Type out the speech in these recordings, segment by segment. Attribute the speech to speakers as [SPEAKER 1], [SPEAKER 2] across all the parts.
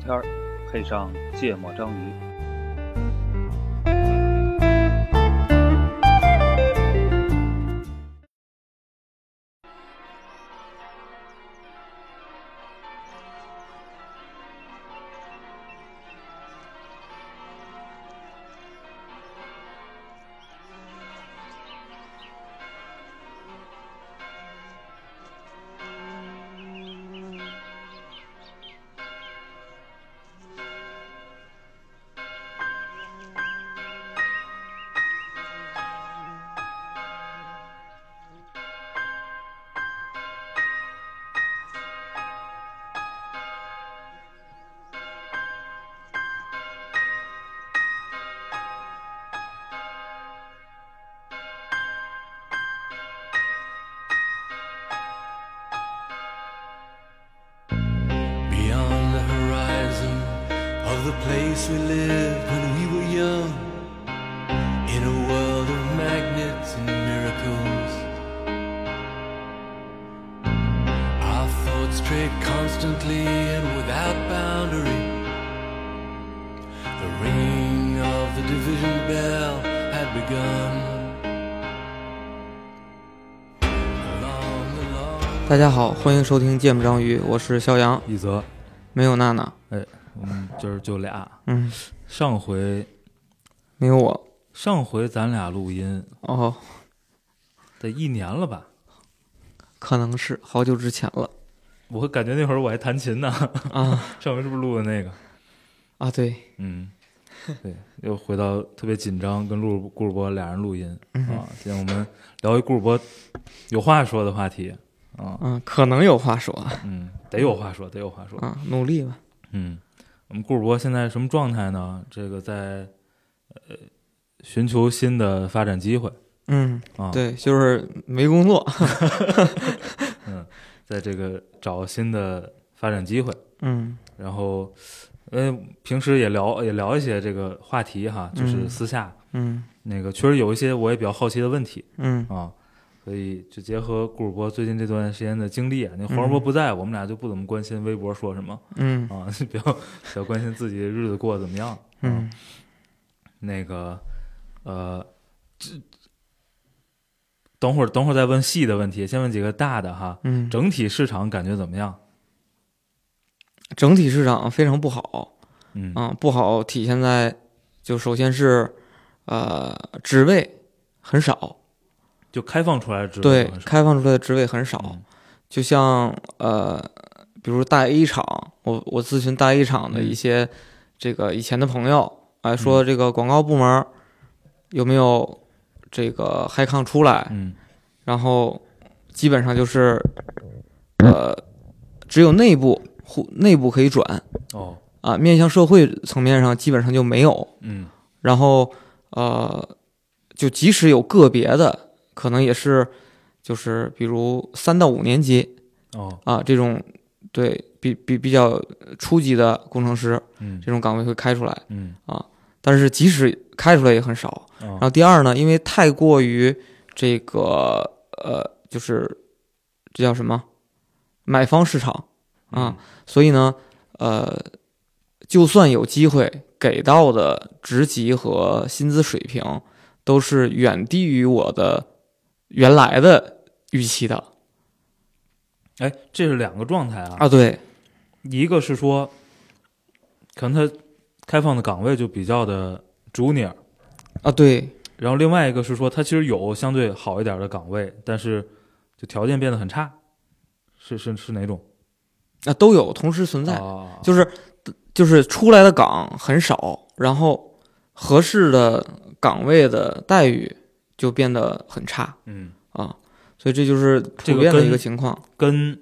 [SPEAKER 1] 天儿，配上芥末章鱼。
[SPEAKER 2] Beyond the horizon of the place we lived when we were young, in a world of magnets and miracles. Our thoughts strayed constantly and without boundary. The ringing of the division bell had begun. Along the long
[SPEAKER 3] 大家好，欢迎收听《芥末章鱼》，我是肖阳，
[SPEAKER 4] 一泽，
[SPEAKER 3] 没有娜娜，
[SPEAKER 4] 嗯，就是就俩。
[SPEAKER 3] 嗯，
[SPEAKER 4] 上回
[SPEAKER 3] 没有我。
[SPEAKER 4] 上回咱俩录音
[SPEAKER 3] 哦，
[SPEAKER 4] 得一年了吧？
[SPEAKER 3] 可能是好久之前了
[SPEAKER 4] 我感觉那会儿我还弹琴呢。
[SPEAKER 3] 啊
[SPEAKER 4] 上回是不是录的那个？
[SPEAKER 3] 啊！对，
[SPEAKER 4] 嗯，对，又回到特别紧张，跟陆顾主播俩人录音啊。今天我们聊一顾主播有话说的话题啊，
[SPEAKER 3] 嗯、可能有话说啊
[SPEAKER 4] 嗯，得有话说，得有话说。
[SPEAKER 3] 啊，努力吧。
[SPEAKER 4] 嗯，我们顾主播现在什么状态呢？这个在呃寻求新的发展机会
[SPEAKER 3] 嗯，
[SPEAKER 4] 啊，，
[SPEAKER 3] 对，就是没工作。
[SPEAKER 4] 在这个找新的发展机会。
[SPEAKER 3] 嗯
[SPEAKER 4] 然后，呃，平时也聊也聊一些这个话题哈，就是
[SPEAKER 3] 嗯
[SPEAKER 4] 私下、
[SPEAKER 3] 嗯
[SPEAKER 4] 那个确实有一些我也比较好奇的问题
[SPEAKER 3] 嗯
[SPEAKER 4] 啊，所以就结合顾主播最近这段时间的经历啊，那黄渤不在，我们俩就不怎么关心微博说什么
[SPEAKER 3] 嗯
[SPEAKER 4] 啊，就比较比较关心自己日子过得怎么样。啊，
[SPEAKER 3] 嗯
[SPEAKER 4] 那个，呃，这等会儿等会儿再问细的问题，先问几个大的哈。
[SPEAKER 3] 嗯，
[SPEAKER 4] 整体市场感觉怎么样？
[SPEAKER 3] 整体市场非常不好
[SPEAKER 4] 嗯
[SPEAKER 3] 啊，不好体现在就首先是呃职位很少，
[SPEAKER 4] 就开放出来之后
[SPEAKER 3] 对
[SPEAKER 4] 就很，少
[SPEAKER 3] 开放出来的职位很少。
[SPEAKER 4] 嗯
[SPEAKER 3] 就像呃，比如大 A 厂，我我咨询大 A 厂的
[SPEAKER 4] 嗯
[SPEAKER 3] 一些这个以前的朋友，哎，说这个广告部门儿有没有这个 h i c o n 出来，
[SPEAKER 4] 嗯
[SPEAKER 3] 然后基本上就是呃，只有内部户内部可以转
[SPEAKER 4] 哦
[SPEAKER 3] 啊，面向社会层面上基本上就没有，
[SPEAKER 4] 嗯
[SPEAKER 3] 然后呃，就即使有个别的，可能也是就是比如三到五年级。
[SPEAKER 4] 哦
[SPEAKER 3] 啊这种对比比比较初级的工程师
[SPEAKER 4] 嗯
[SPEAKER 3] 这种岗位会开出来，
[SPEAKER 4] 嗯
[SPEAKER 3] 但是即使开出来也很少。然
[SPEAKER 4] 哦
[SPEAKER 3] 后第二呢，因为太过于这个呃，就是这叫什么买方市场
[SPEAKER 4] 嗯
[SPEAKER 3] 啊，所以呢，呃，就算有机会给到的职级和薪资水平都是远低于我的原来的预期的
[SPEAKER 4] 啊哎，这是两个状态啊，
[SPEAKER 3] 啊，对，
[SPEAKER 4] 一个是说，可能他开放的岗位就比较的 junior，
[SPEAKER 3] 啊对，
[SPEAKER 4] 然后另外一个是说，他其实有相对好一点的岗位，但是就条件变得很差，是是是哪种？
[SPEAKER 3] 啊都有同时存在。
[SPEAKER 4] 啊，
[SPEAKER 3] 就是就是出来的岗很少，然后合适的岗位的待遇就变得很差
[SPEAKER 4] 嗯，
[SPEAKER 3] 啊，所以这就是普遍的一个情况。
[SPEAKER 4] 跟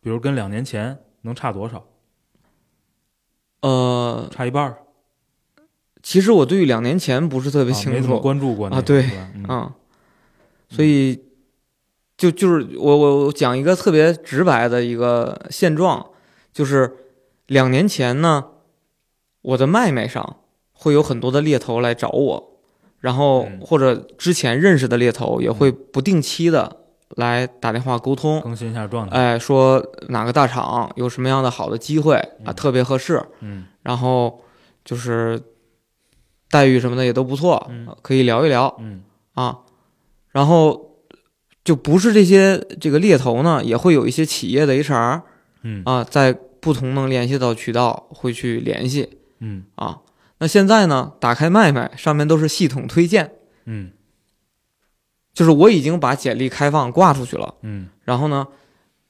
[SPEAKER 4] 比如跟两年前能差多少？
[SPEAKER 3] 呃，
[SPEAKER 4] 差一半儿，
[SPEAKER 3] 其实我对于两年前不是特别
[SPEAKER 4] 啊没
[SPEAKER 3] 清
[SPEAKER 4] 怎
[SPEAKER 3] 楚
[SPEAKER 4] 么关注过那个
[SPEAKER 3] 啊对
[SPEAKER 4] 是吧嗯
[SPEAKER 3] 啊，所以就就是我我我讲一个特别直白的一个现状，就是两年前呢，我的脉脉上会有很多的猎头来找我，然后
[SPEAKER 4] 嗯
[SPEAKER 3] 或者之前认识的猎头也会不定期的来打电话沟通，
[SPEAKER 4] 更新一下状态。
[SPEAKER 3] 哎，说哪个大厂有什么样的好的机会啊，特别合适，
[SPEAKER 4] 嗯
[SPEAKER 3] 然后就是待遇什么的也都不错，
[SPEAKER 4] 嗯
[SPEAKER 3] 可以聊一聊
[SPEAKER 4] 嗯
[SPEAKER 3] 啊。然后就不是这些这个猎头呢，也会有一些企业的 HR
[SPEAKER 4] 嗯
[SPEAKER 3] 啊，在不同能联系到渠道会去联系
[SPEAKER 4] 嗯
[SPEAKER 3] 啊。那现在呢，打开麦麦上面都是系统推荐，
[SPEAKER 4] 嗯
[SPEAKER 3] 就是我已经把简历开放挂出去了，
[SPEAKER 4] 嗯
[SPEAKER 3] 然后呢，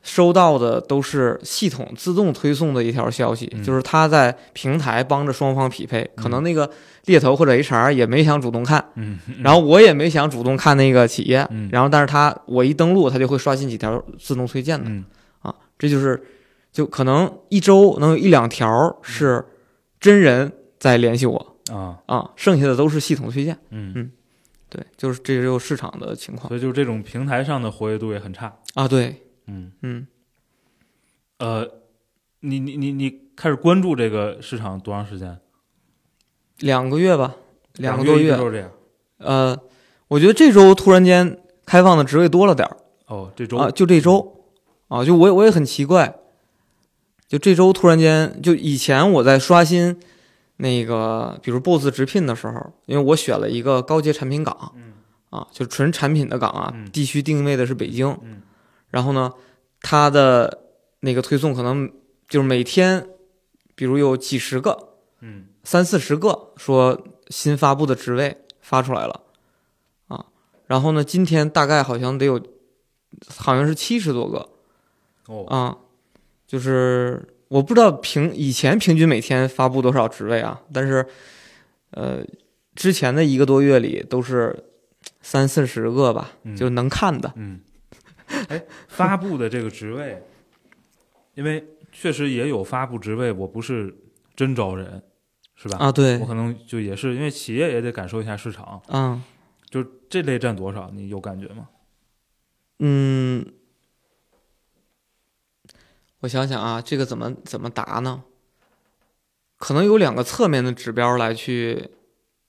[SPEAKER 3] 收到的都是系统自动推送的一条消息，
[SPEAKER 4] 嗯
[SPEAKER 3] 就是他在平台帮着双方匹配，可能那个猎头或者 HR 也没想主动看，
[SPEAKER 4] 嗯，
[SPEAKER 3] 然后我也没想主动看那个企业，
[SPEAKER 4] 嗯
[SPEAKER 3] 然后但是他我一登录，他就会刷新几条自动推荐的、
[SPEAKER 4] 嗯
[SPEAKER 3] 啊，这就是就可能一周能有一两
[SPEAKER 4] 嗯
[SPEAKER 3] 条是真人在联系我
[SPEAKER 4] 啊
[SPEAKER 3] 啊，剩下的都是系统推荐，
[SPEAKER 4] 嗯，
[SPEAKER 3] 对，就是这就是市场的情况
[SPEAKER 4] 所以就是这种平台上的活跃度也很差。
[SPEAKER 3] 啊，对，
[SPEAKER 4] 嗯，
[SPEAKER 3] 嗯。
[SPEAKER 4] 呃，你你你你开始关注这个市场多长时间？
[SPEAKER 3] 两个月吧，两
[SPEAKER 4] 两
[SPEAKER 3] 个多
[SPEAKER 4] 月一
[SPEAKER 3] 月
[SPEAKER 4] 直。都是这样。
[SPEAKER 3] 呃，我觉得这周突然间开放的职位多了点儿
[SPEAKER 4] 哦，这周
[SPEAKER 3] 啊，就这周啊，就我也我也很奇怪，就这周突然间，就以前我在刷新那个比如 BOSS 直聘的时候，因为我选了一个高阶产品岗，
[SPEAKER 4] 嗯
[SPEAKER 3] 啊，就纯产品的岗啊
[SPEAKER 4] 嗯，
[SPEAKER 3] 地区定位的是北京，
[SPEAKER 4] 嗯
[SPEAKER 3] 然后呢，它的那个推送可能就是每天，比如有几十个，
[SPEAKER 4] 嗯
[SPEAKER 3] 三四十个说新发布的职位发出来了啊，然后呢，今天大概好像得有，好像是七十多个
[SPEAKER 4] 哦
[SPEAKER 3] 啊，就是我不知道平以前平均每天发布多少职位啊，但是呃，之前的一个多月里都是三四十个吧，
[SPEAKER 4] 嗯
[SPEAKER 3] 就能看的，
[SPEAKER 4] 嗯，哎，发布的这个职位，因为确实也有发布职位，我不是真招人，是吧？
[SPEAKER 3] 啊，对
[SPEAKER 4] 我，可能就也是因为企业也得感受一下市场，
[SPEAKER 3] 啊，
[SPEAKER 4] 就这类占多少，你有感觉吗？
[SPEAKER 3] 嗯，我想想啊，这个怎么怎么答呢？可能有两个侧面的指标来去，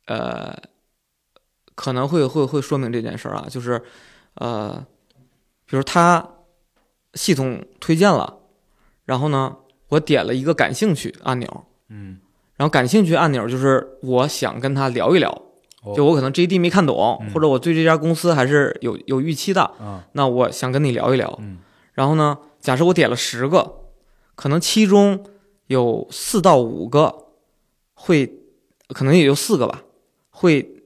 [SPEAKER 3] 呃，可能会会会说明这件事儿啊，就是，呃，比如他系统推荐了，然后呢，我点了一个感兴趣按钮，
[SPEAKER 4] 嗯，
[SPEAKER 3] 然后感兴趣按钮就是我想跟他聊一聊，
[SPEAKER 4] 哦
[SPEAKER 3] 就我可能 JD 没看懂，
[SPEAKER 4] 嗯
[SPEAKER 3] 或者我对这家公司还是有有预期的，
[SPEAKER 4] 啊，
[SPEAKER 3] 那我想跟你聊一聊。
[SPEAKER 4] 嗯
[SPEAKER 3] 然后呢，假设我点了十个，可能其中有四到五个会，可能也就四个吧，会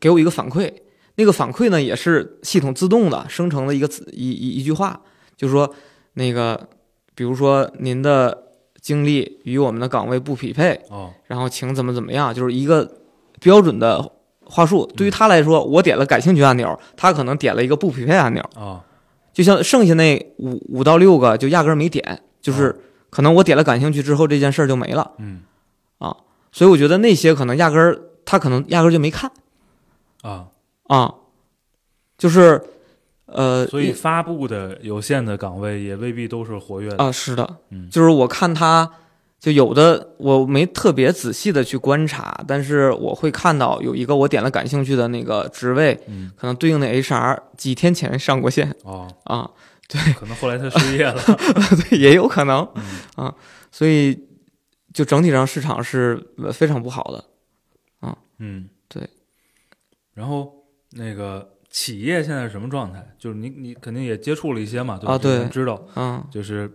[SPEAKER 3] 给我一个反馈。那个反馈呢，也是系统自动的生成的一个字一一一句话，就是说那个，比如说您的经历与我们的岗位不匹配，
[SPEAKER 4] 哦，
[SPEAKER 3] 然后请怎么怎么样，就是一个标准的话术。对于他来说，我点了感兴趣按钮，他可能点了一个不匹配按钮，
[SPEAKER 4] 哦，
[SPEAKER 3] 就像剩下那五五到六个就压根儿没点，
[SPEAKER 4] 啊
[SPEAKER 3] 就是可能我点了感兴趣之后，这件事儿就没了。
[SPEAKER 4] 嗯
[SPEAKER 3] 所以我觉得那些可能压根儿他可能压根儿就没看
[SPEAKER 4] 啊，
[SPEAKER 3] 啊，就是呃，
[SPEAKER 4] 所以发布的有限的岗位也未必都是活跃的。
[SPEAKER 3] 啊，是的，
[SPEAKER 4] 嗯
[SPEAKER 3] 就是我看他，就有的我没特别仔细的去观察，但是我会看到有一个我点了感兴趣的那个职位，
[SPEAKER 4] 嗯，
[SPEAKER 3] 可能对应的 HR 几天前上过线
[SPEAKER 4] 哦，
[SPEAKER 3] 啊，
[SPEAKER 4] 可能后来他失业了。
[SPEAKER 3] 对，也有可能
[SPEAKER 4] 嗯
[SPEAKER 3] 啊，所以就整体上市场是呃非常不好的。
[SPEAKER 4] 嗯，
[SPEAKER 3] 对。
[SPEAKER 4] 然后那个企业现在是什么状态？就是你你肯定也接触了一些嘛，对吧？
[SPEAKER 3] 啊对
[SPEAKER 4] 你知道
[SPEAKER 3] 嗯，
[SPEAKER 4] 就是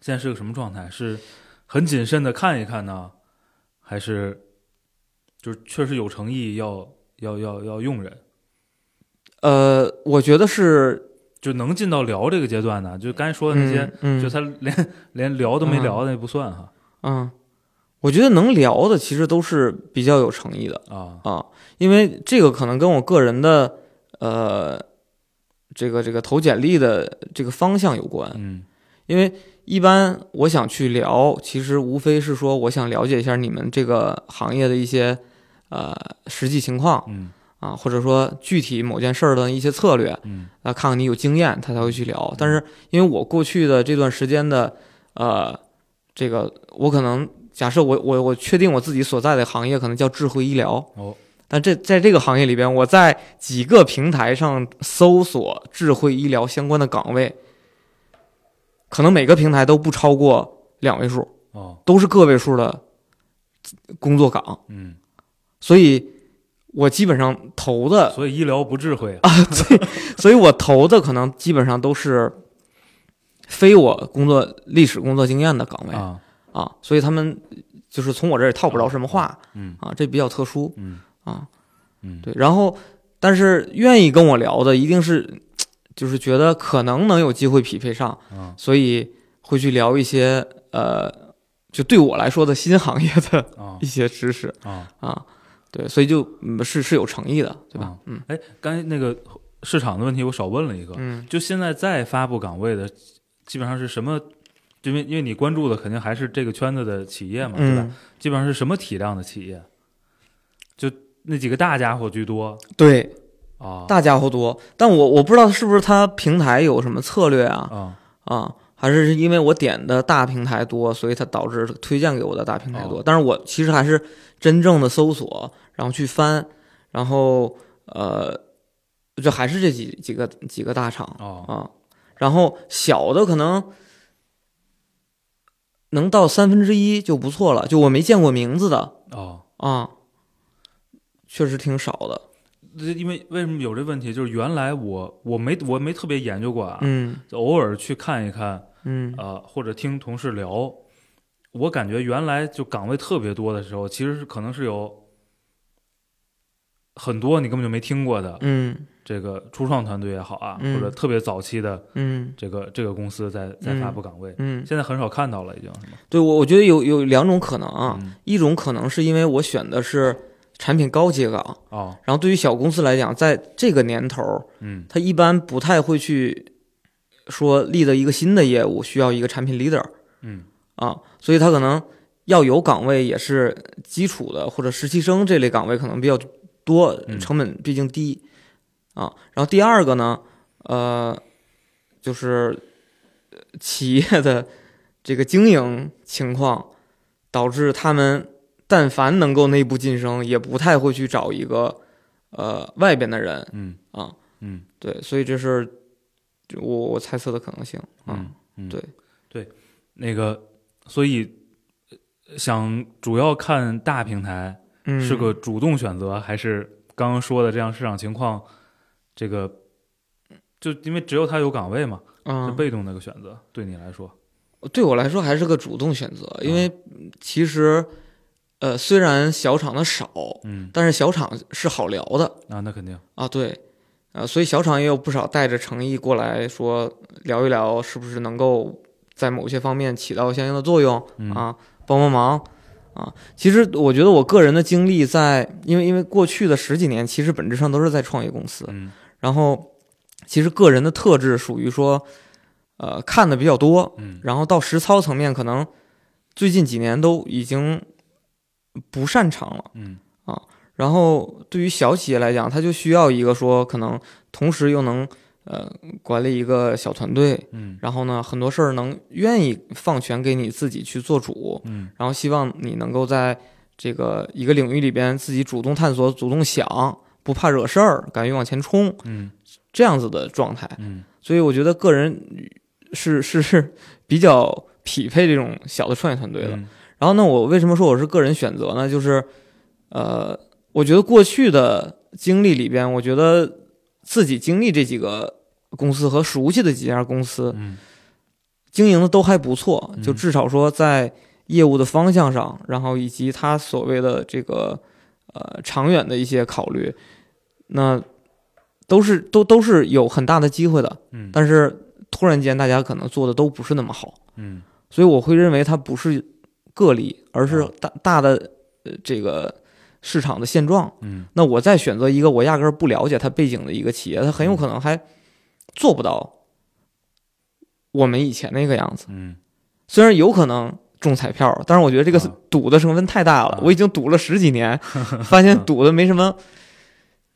[SPEAKER 4] 现在是个什么状态？是很谨慎的看一看呢，还是就是确实有诚意要要要要用人？
[SPEAKER 3] 呃，我觉得是
[SPEAKER 4] 就能进到聊这个阶段呢？就刚才说的那些，，
[SPEAKER 3] 嗯，
[SPEAKER 4] 就
[SPEAKER 3] 嗯
[SPEAKER 4] 他连连聊都没聊的那不算哈
[SPEAKER 3] 嗯，我觉得能聊的其实都是比较有诚意的。
[SPEAKER 4] 啊，
[SPEAKER 3] 啊，因为这个可能跟我个人的呃这个这个投简历的这个方向有关，
[SPEAKER 4] 嗯
[SPEAKER 3] 因为一般我想去聊，其实无非是说我想了解一下你们这个行业的一些呃实际情况
[SPEAKER 4] 嗯
[SPEAKER 3] 啊，或者说具体某件事儿的一些策略
[SPEAKER 4] 嗯
[SPEAKER 3] 啊，看看你有经验，他才会去聊。但是因为我过去的这段时间的呃这个，我可能假设我我我确定我自己所在的行业可能叫智慧医疗，
[SPEAKER 4] 哦
[SPEAKER 3] 但这在这个行业里边，我在几个平台上搜索智慧医疗相关的岗位，可能每个平台都不超过两位数，
[SPEAKER 4] 哦，
[SPEAKER 3] 都是个位数的工作岗，
[SPEAKER 4] 嗯，
[SPEAKER 3] 所以我基本上投的
[SPEAKER 4] 所以医疗不智慧啊，
[SPEAKER 3] 所以我投的可能基本上都是非我工作历史工作经验的岗位
[SPEAKER 4] 啊
[SPEAKER 3] 啊所以他们就是从我这儿也套不着什么话
[SPEAKER 4] 嗯
[SPEAKER 3] 啊，这比较特殊
[SPEAKER 4] 嗯
[SPEAKER 3] 啊。
[SPEAKER 4] 嗯，
[SPEAKER 3] 对，然后但是愿意跟我聊的一定是，就是觉得可能能有机会匹配上，
[SPEAKER 4] 啊
[SPEAKER 3] 所以会去聊一些呃，就对我来说的新行业的
[SPEAKER 4] 啊
[SPEAKER 3] 一些知识
[SPEAKER 4] 啊，
[SPEAKER 3] 啊。对，所以就嗯是是有诚意的，对吧
[SPEAKER 4] 啊？
[SPEAKER 3] 嗯
[SPEAKER 4] 哎，刚才那个市场的问题我少问了一个，
[SPEAKER 3] 嗯
[SPEAKER 4] 就现在在发布岗位的，基本上是什么？因为因为你关注的肯定还是这个圈子的企业嘛，对吧？
[SPEAKER 3] 嗯，
[SPEAKER 4] 基本上是什么体量的企业？就那几个大家伙居多
[SPEAKER 3] 对，
[SPEAKER 4] 啊，
[SPEAKER 3] 大家伙多，但我我不知道是不是它平台有什么策略啊
[SPEAKER 4] 啊
[SPEAKER 3] 啊，还是因为我点的大平台多，所以它导致推荐给我的大平台多。
[SPEAKER 4] 哦
[SPEAKER 3] 但是我其实还是真正的搜索，然后去翻，然后呃，就还是这几几个几个大厂
[SPEAKER 4] 哦
[SPEAKER 3] 啊，然后小的可能能到三分之一就不错了，就我没见过名字的
[SPEAKER 4] 哦，
[SPEAKER 3] 啊，确实挺少的，
[SPEAKER 4] 这因为为什么有这问题？就是原来我我没我没特别研究过啊，
[SPEAKER 3] 嗯
[SPEAKER 4] 偶尔去看一看，
[SPEAKER 3] 嗯
[SPEAKER 4] 呃，或者听同事聊，我感觉原来就岗位特别多的时候，其实是可能是有很多你根本就没听过的，
[SPEAKER 3] 嗯
[SPEAKER 4] 这个初创团队也好啊，
[SPEAKER 3] 嗯
[SPEAKER 4] 或者特别早期的
[SPEAKER 3] 嗯
[SPEAKER 4] 这个这个公司在在发布岗位，
[SPEAKER 3] 嗯，
[SPEAKER 4] 现在很少看到了，已经是吗？
[SPEAKER 3] 对我我觉得有有两种可能啊，
[SPEAKER 4] 嗯
[SPEAKER 3] 一种可能是因为我选的是产品高阶岗，
[SPEAKER 4] 哦，
[SPEAKER 3] 然后对于小公司来讲，在这个年头儿，
[SPEAKER 4] 嗯
[SPEAKER 3] 他一般不太会去说立的一个新的业务需要一个产品 leader
[SPEAKER 4] 嗯
[SPEAKER 3] 啊，所以他可能要有岗位也是基础的或者实习生这类岗位可能比较多
[SPEAKER 4] 嗯，
[SPEAKER 3] 成本毕竟低、啊。然后第二个呢，呃，就是呃企业的这个经营情况，导致他们但凡能够内部晋升，也不太会去找一个呃外边的人
[SPEAKER 4] 嗯
[SPEAKER 3] 啊。
[SPEAKER 4] 嗯
[SPEAKER 3] 对，所以这是我我猜测的可能性啊。
[SPEAKER 4] 嗯嗯，
[SPEAKER 3] 对
[SPEAKER 4] 对，那个，所以呃想主要看大平台，
[SPEAKER 3] 嗯，
[SPEAKER 4] 是个主动选择，还是刚刚说的这样市场情况？这个就因为只有他有岗位嘛，
[SPEAKER 3] 啊
[SPEAKER 4] 是，被动的一个选择，对你来说，
[SPEAKER 3] 对我来说还是个主动选择，因为
[SPEAKER 4] 嗯
[SPEAKER 3] 其实，呃，虽然小厂的少，
[SPEAKER 4] 嗯，
[SPEAKER 3] 但是小厂是好聊的
[SPEAKER 4] 啊，那肯定，
[SPEAKER 3] 啊，对，啊，所以小厂也有不少带着诚意过来说聊一聊，是不是能够在某些方面起到相应的作用
[SPEAKER 4] 嗯
[SPEAKER 3] 啊，帮帮忙啊。其实我觉得我个人的经历在，因为因为过去的十几年，其实本质上都是在创业公司，
[SPEAKER 4] 嗯
[SPEAKER 3] 然后其实个人的特质属于说，呃，看的比较多，
[SPEAKER 4] 嗯
[SPEAKER 3] 然后到实操层面，可能最近几年都已经不擅长了。啊
[SPEAKER 4] 嗯
[SPEAKER 3] 然后对于小企业来讲，它就需要一个说，可能同时又能呃管理一个小团队，
[SPEAKER 4] 嗯
[SPEAKER 3] 然后呢，很多事儿能愿意放权给你自己去做主，
[SPEAKER 4] 嗯
[SPEAKER 3] 然后希望你能够在这个一个领域里边自己主动探索、主动想，不怕惹事儿，敢于往前冲，
[SPEAKER 4] 嗯
[SPEAKER 3] 这样子的状态。
[SPEAKER 4] 嗯
[SPEAKER 3] 所以我觉得个人是是是比较匹配这种小的创业团队的。
[SPEAKER 4] 嗯
[SPEAKER 3] 然后呢，我为什么说我是个人选择呢？就是呃，我觉得过去的经历里边，我觉得自己经历这几个公司和熟悉的几家公司
[SPEAKER 4] 嗯
[SPEAKER 3] 经营的都还不错，
[SPEAKER 4] 嗯
[SPEAKER 3] 就至少说在业务的方向上，然后以及它所谓的这个呃长远的一些考虑，那都是都都是有很大的机会的。
[SPEAKER 4] 嗯
[SPEAKER 3] 但是突然间大家可能做的都不是那么好，
[SPEAKER 4] 嗯
[SPEAKER 3] 所以我会认为它不是个例，而是
[SPEAKER 4] 哦
[SPEAKER 3] 大大的呃这个市场的现状。
[SPEAKER 4] 嗯
[SPEAKER 3] 那我再选择一个我压根儿不了解它背景的一个企业，它很
[SPEAKER 4] 嗯
[SPEAKER 3] 有可能还做不到我们以前那个样子。
[SPEAKER 4] 嗯
[SPEAKER 3] 虽然有可能中彩票，但是我觉得这个
[SPEAKER 4] 啊
[SPEAKER 3] 赌的成分太大了
[SPEAKER 4] 啊。
[SPEAKER 3] 我已经赌了十几年， 发现赌的没什么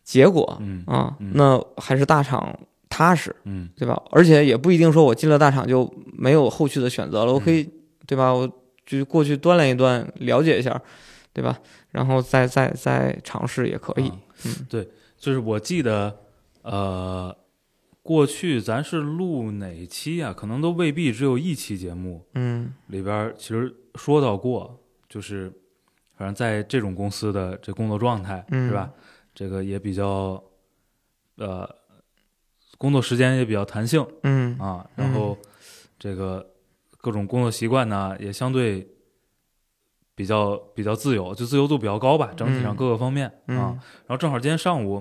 [SPEAKER 3] 结果
[SPEAKER 4] 嗯
[SPEAKER 3] 啊
[SPEAKER 4] 嗯，
[SPEAKER 3] 那还是大厂踏实。
[SPEAKER 4] 嗯
[SPEAKER 3] 对吧？而且也不一定说我进了大厂就
[SPEAKER 4] 嗯
[SPEAKER 3] 没有后续的选择了，我可以，对吧？我就过去锻炼一锻，了解一下，对吧？然后再再再尝试也可以。
[SPEAKER 4] 啊
[SPEAKER 3] 嗯
[SPEAKER 4] 对，就是我记得，呃，过去咱是录哪期啊？可能都未必只有一期节目
[SPEAKER 3] 嗯
[SPEAKER 4] 里边儿，其实说到过，就是反正在这种公司的这工作状态、
[SPEAKER 3] 嗯
[SPEAKER 4] 是吧？这个也比较，呃，工作时间也比较弹性
[SPEAKER 3] 嗯
[SPEAKER 4] 啊，然后这个各种工作习惯呢也相对。比较比较自由，就自由度比较高吧，整体上
[SPEAKER 3] 嗯
[SPEAKER 4] 各个方面、啊，
[SPEAKER 3] 嗯
[SPEAKER 4] 然后正好今天上午，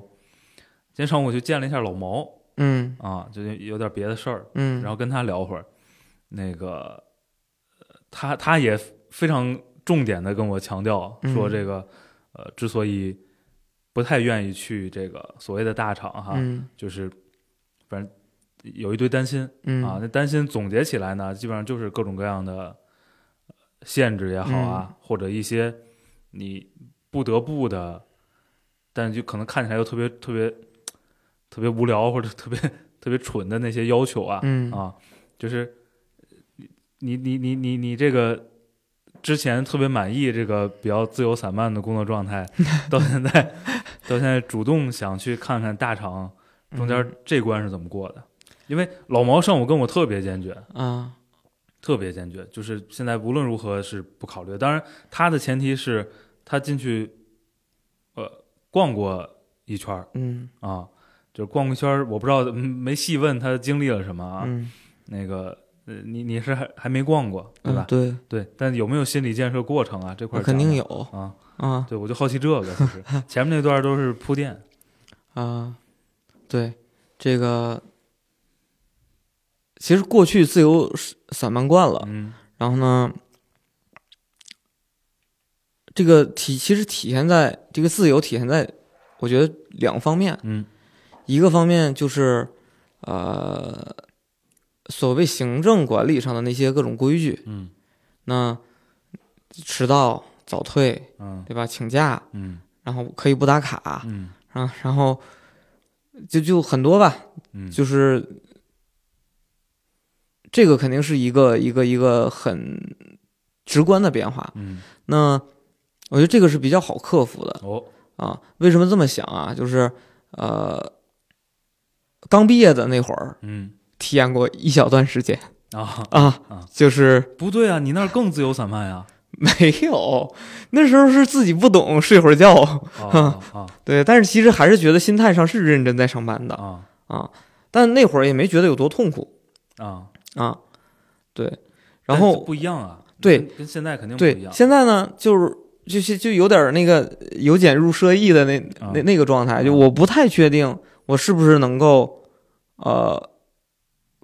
[SPEAKER 4] 今天上午我去见了一下老毛
[SPEAKER 3] 嗯
[SPEAKER 4] 啊，就有点别的事儿，
[SPEAKER 3] 嗯，
[SPEAKER 4] 然后跟他聊会儿。那个呃他他也非常重点的跟我强调
[SPEAKER 3] 嗯
[SPEAKER 4] 说，这个、呃之所以不太愿意去这个所谓的大厂哈，
[SPEAKER 3] 嗯
[SPEAKER 4] 就是反正有一堆担心
[SPEAKER 3] 嗯
[SPEAKER 4] 啊，那担心总结起来呢，基本上就是各种各样的呃限制也好啊，
[SPEAKER 3] 嗯
[SPEAKER 4] 或者一些你不得不的，但是就可能看起来又特别特别特别无聊或者特别特别蠢的那些要求啊、
[SPEAKER 3] 嗯
[SPEAKER 4] 啊，就是你你你你你这个。之前特别满意这个比较自由散漫的工作状态，到现在，到现在主动想去看看大厂
[SPEAKER 3] 嗯
[SPEAKER 4] 中间这关是怎么过的？因为老毛上午跟我特别坚决，
[SPEAKER 3] 啊
[SPEAKER 4] 特别坚决，就是现在无论如何是不考虑的。当然，他的前提是他进去，呃，逛过一圈儿
[SPEAKER 3] 嗯
[SPEAKER 4] 啊，就是逛过一圈儿，我不知道嗯没细问他经历了什么啊。
[SPEAKER 3] 嗯
[SPEAKER 4] 那个，呃，你你是还还没逛过对吧
[SPEAKER 3] 嗯？对，
[SPEAKER 4] 对，但有没有心理建设过程啊？这块
[SPEAKER 3] 那
[SPEAKER 4] 儿
[SPEAKER 3] 肯定
[SPEAKER 4] 讲
[SPEAKER 3] 有
[SPEAKER 4] 讲啊。
[SPEAKER 3] 啊
[SPEAKER 4] 对，我就好奇这个，其 实前面那段都是铺垫。
[SPEAKER 3] 啊，对这个。其实过去自由散漫惯了，
[SPEAKER 4] 嗯
[SPEAKER 3] 然后呢，这个体其实体现在这个自由体现在，我觉得两方面，
[SPEAKER 4] 嗯
[SPEAKER 3] 一个方面就是呃，所谓行政管理上的那些各种规矩，
[SPEAKER 4] 嗯
[SPEAKER 3] 那迟到、早退，
[SPEAKER 4] 嗯
[SPEAKER 3] 对吧？请假，
[SPEAKER 4] 嗯
[SPEAKER 3] 然后可以不打卡，
[SPEAKER 4] 嗯
[SPEAKER 3] 然后啊然后就就很多吧，
[SPEAKER 4] 嗯，
[SPEAKER 3] 就是这个肯定是一个一个一个很直观的变化。
[SPEAKER 4] 嗯
[SPEAKER 3] 那我觉得这个是比较好克服的
[SPEAKER 4] 哦
[SPEAKER 3] 啊。为什么这么想啊？就是呃，刚毕业的那会儿
[SPEAKER 4] 嗯
[SPEAKER 3] 体验过一小段时间
[SPEAKER 4] 啊。
[SPEAKER 3] 啊
[SPEAKER 4] 啊，
[SPEAKER 3] 就是
[SPEAKER 4] 不对啊，你那儿更自由散漫呀！
[SPEAKER 3] 没有，那时候是自己不懂，睡会儿觉。
[SPEAKER 4] 啊啊
[SPEAKER 3] 对，但是其实还是觉得心态上是认真在上班的
[SPEAKER 4] 啊
[SPEAKER 3] 啊。但那会儿也没觉得有多痛苦
[SPEAKER 4] 啊！
[SPEAKER 3] 啊。对，
[SPEAKER 4] 但
[SPEAKER 3] 然
[SPEAKER 4] 是
[SPEAKER 3] 后
[SPEAKER 4] 不一样啊，
[SPEAKER 3] 对
[SPEAKER 4] 跟，跟现在肯定不一
[SPEAKER 3] 对，
[SPEAKER 4] 样。
[SPEAKER 3] 现在呢，就是就是就有点儿那个由俭入奢易的那、
[SPEAKER 4] 啊
[SPEAKER 3] 那那个状态，就
[SPEAKER 4] 啊
[SPEAKER 3] 我不太确定我是不是能够呃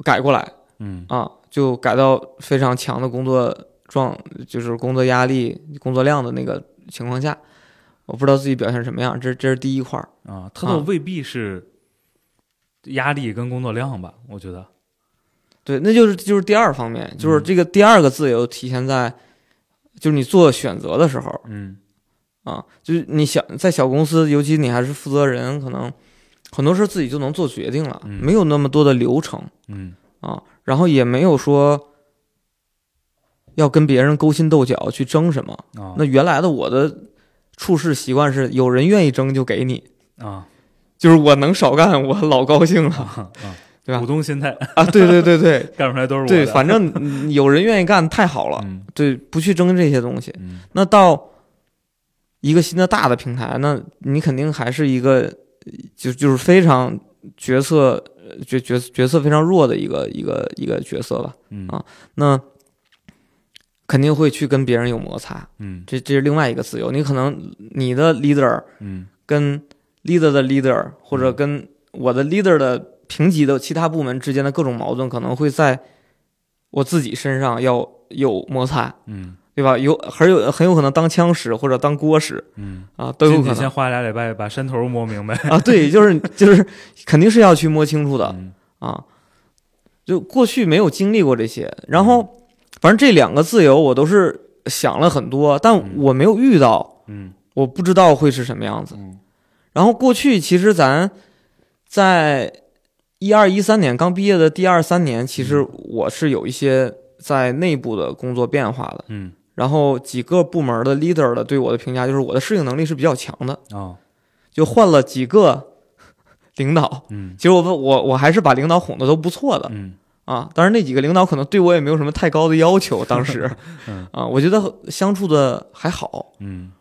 [SPEAKER 3] 改过来
[SPEAKER 4] 嗯
[SPEAKER 3] 啊，就改到非常强的工作状，就是工作压力、工作量的那个情况下，我不知道自己表现什么样，这这是第一块儿。
[SPEAKER 4] 啊，他倒未必是压力跟工作量吧？我觉得
[SPEAKER 3] 对，那就是就是第二方面，就是
[SPEAKER 4] 嗯
[SPEAKER 3] 这个第二个自由体现在，就是你做选择的时候，
[SPEAKER 4] 嗯
[SPEAKER 3] 啊，就是你小在小公司，尤其你还是负责人，可能很多事自己就能做决定了，
[SPEAKER 4] 嗯
[SPEAKER 3] 没有那么多的流程
[SPEAKER 4] 嗯
[SPEAKER 3] 啊，然后也没有说要跟别人勾心斗角去争什么。
[SPEAKER 4] 啊
[SPEAKER 3] 那原来的我的处事习惯是，有人愿意争就给你，
[SPEAKER 4] 啊
[SPEAKER 3] 就是我能少干，我老高兴
[SPEAKER 4] 啊
[SPEAKER 3] 了
[SPEAKER 4] 啊！
[SPEAKER 3] 对吧
[SPEAKER 4] 股东心态
[SPEAKER 3] 啊！对对对对
[SPEAKER 4] 干出来 都是我
[SPEAKER 3] 对，
[SPEAKER 4] 的。
[SPEAKER 3] 反正 嗯有人愿意干太好了，
[SPEAKER 4] 嗯
[SPEAKER 3] 对，不去争这些东西。
[SPEAKER 4] 嗯
[SPEAKER 3] 那到一个新的大的平台，那你肯定还是一个呃就就是非常角色呃角角角色非常弱的一个一个一个角色吧。
[SPEAKER 4] 嗯
[SPEAKER 3] 啊那肯定会去跟别人有摩擦，
[SPEAKER 4] 嗯
[SPEAKER 3] 这这是另外一个自由。你可能你的 leader
[SPEAKER 4] 嗯
[SPEAKER 3] 跟 leader 的 leader，或者
[SPEAKER 4] 嗯
[SPEAKER 3] 跟我的 leader 的评级的其他部门之间的各种矛盾，可能会在我自己身上要有摩擦。
[SPEAKER 4] 嗯
[SPEAKER 3] 对吧？有很有很有可能当枪使或者当锅使
[SPEAKER 4] 嗯，
[SPEAKER 3] 啊，都有
[SPEAKER 4] 进
[SPEAKER 3] 可
[SPEAKER 4] 去先
[SPEAKER 3] 能
[SPEAKER 4] 花俩礼拜把山头摸明白。
[SPEAKER 3] 啊。对，就是就是肯定是要去摸清楚的
[SPEAKER 4] 嗯
[SPEAKER 3] 啊。就过去没有经历过这些，然后反正这两个自由我都是想了很多，但我没有遇到，
[SPEAKER 4] 嗯
[SPEAKER 3] 我不知道会是什么样子。
[SPEAKER 4] 嗯
[SPEAKER 3] 然后过去其实咱在一二一三年刚毕业
[SPEAKER 4] 嗯
[SPEAKER 3] 的第二三年，其实我是有一些在内部的工作变化的。
[SPEAKER 4] 嗯
[SPEAKER 3] 然后几个部门的 leader 的对我的评价就是我的适应能力是比较强的，
[SPEAKER 4] 哦，
[SPEAKER 3] 就换了几个领导，
[SPEAKER 4] 嗯
[SPEAKER 3] 其实我问我我还是把领导哄得都不错的
[SPEAKER 4] 嗯
[SPEAKER 3] 啊，当然那几个领导可能对我也没有什么太高的要 求，当时
[SPEAKER 4] 嗯
[SPEAKER 3] 啊，我觉得相处的还好，
[SPEAKER 4] 嗯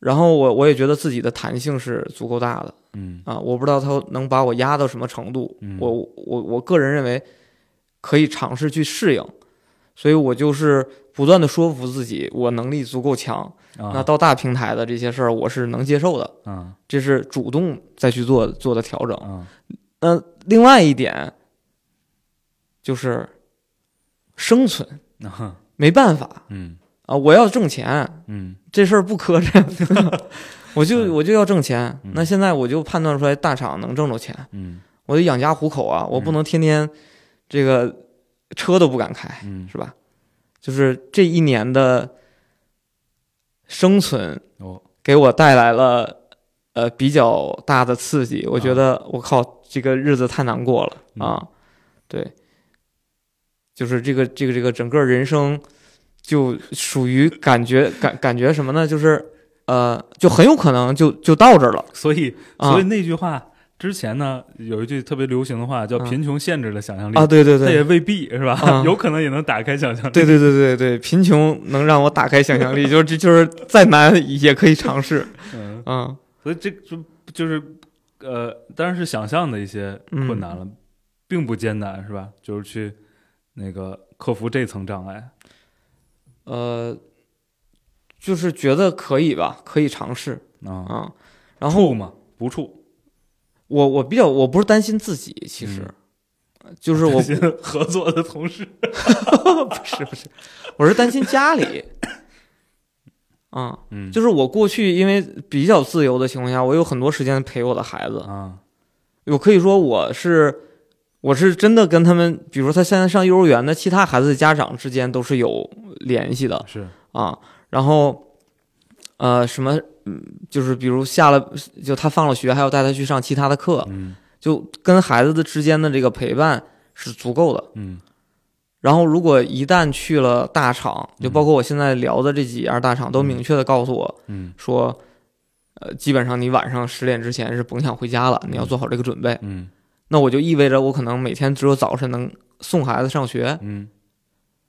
[SPEAKER 3] 然后我我也觉得自己的弹性是足够大的
[SPEAKER 4] 嗯
[SPEAKER 3] 啊，我不知道他能把我压到什么程度，
[SPEAKER 4] 嗯
[SPEAKER 3] 我我我个人认为可以尝试去适应，所以我就是不断的说服自己，我能力足够强，那
[SPEAKER 4] 啊
[SPEAKER 3] 到大平台的这些事儿我是能接受的，
[SPEAKER 4] 啊
[SPEAKER 3] 这是主动再去做做的调整。
[SPEAKER 4] 啊
[SPEAKER 3] 那另外一点就是生存，
[SPEAKER 4] 啊
[SPEAKER 3] 没办法
[SPEAKER 4] 嗯
[SPEAKER 3] 啊！我要挣钱，
[SPEAKER 4] 嗯
[SPEAKER 3] 这事儿不磕碜， 我就我就要挣钱。
[SPEAKER 4] 嗯
[SPEAKER 3] 那现在我就判断出来，大厂能挣着钱，
[SPEAKER 4] 嗯
[SPEAKER 3] 我得养家糊口啊！我不
[SPEAKER 4] 嗯
[SPEAKER 3] 能天天这个车都不敢开，
[SPEAKER 4] 嗯
[SPEAKER 3] 是吧？就是这一年的生存
[SPEAKER 4] 哦
[SPEAKER 3] 给我带来了。呃，比较大的刺激，我觉得我靠，这个日子太难过了
[SPEAKER 4] 啊嗯
[SPEAKER 3] 啊！对，就是这个这个这个整个人生就属于感觉感感觉什么呢？就是呃，就很有可能就就到这儿了
[SPEAKER 4] 所以
[SPEAKER 3] 啊
[SPEAKER 4] 所以那句话之前呢有一句特别流行的话叫
[SPEAKER 3] 啊
[SPEAKER 4] 贫穷限制了想象力
[SPEAKER 3] 啊！，对对
[SPEAKER 4] 那也
[SPEAKER 3] 对。
[SPEAKER 4] 未必是吧
[SPEAKER 3] 啊？
[SPEAKER 4] 有可能也能打开想象力。
[SPEAKER 3] 对对对对对，贫穷能让我打开想 象力，就是这就是再难也可以尝试，
[SPEAKER 4] 嗯，
[SPEAKER 3] 嗯
[SPEAKER 4] 所以这就就是呃，当然是想象的一些
[SPEAKER 3] 嗯
[SPEAKER 4] 困难了，并不艰难，是吧？就是去那个克服这层障碍。
[SPEAKER 3] 呃，就是觉得可以吧，可以尝试
[SPEAKER 4] 啊，
[SPEAKER 3] 啊、然后
[SPEAKER 4] 处嘛，不处，
[SPEAKER 3] 我我比较我不是担心自己，其实、呃就是我
[SPEAKER 4] 合作的 同事，
[SPEAKER 3] 不是不是，我是担心家里。啊、
[SPEAKER 4] 嗯，
[SPEAKER 3] 就是我过去因为比较自由的情况下，我有很多时间陪我的孩子。
[SPEAKER 4] 啊，
[SPEAKER 3] 我可以说我是我是真的跟他们，比如说他现在上幼儿园的其他孩子的家长之间都是有联系的
[SPEAKER 4] 是，
[SPEAKER 3] 啊。然后呃，什么嗯，就是比如下了就他放了学，还要带他去上其他的课，
[SPEAKER 4] 嗯
[SPEAKER 3] 就跟孩子的之间的这个陪伴是足够的。
[SPEAKER 4] 嗯
[SPEAKER 3] 然后，如果一旦去了大厂，就
[SPEAKER 4] 嗯
[SPEAKER 3] 包括我现在聊的这几家大厂，都明确的告诉我
[SPEAKER 4] 嗯
[SPEAKER 3] 说，呃，基本上你晚上十点之前是甭想回家了，你要做好这个准备。
[SPEAKER 4] 嗯
[SPEAKER 3] 那我就意味着我可能每天只有早晨能送孩子上学
[SPEAKER 4] 嗯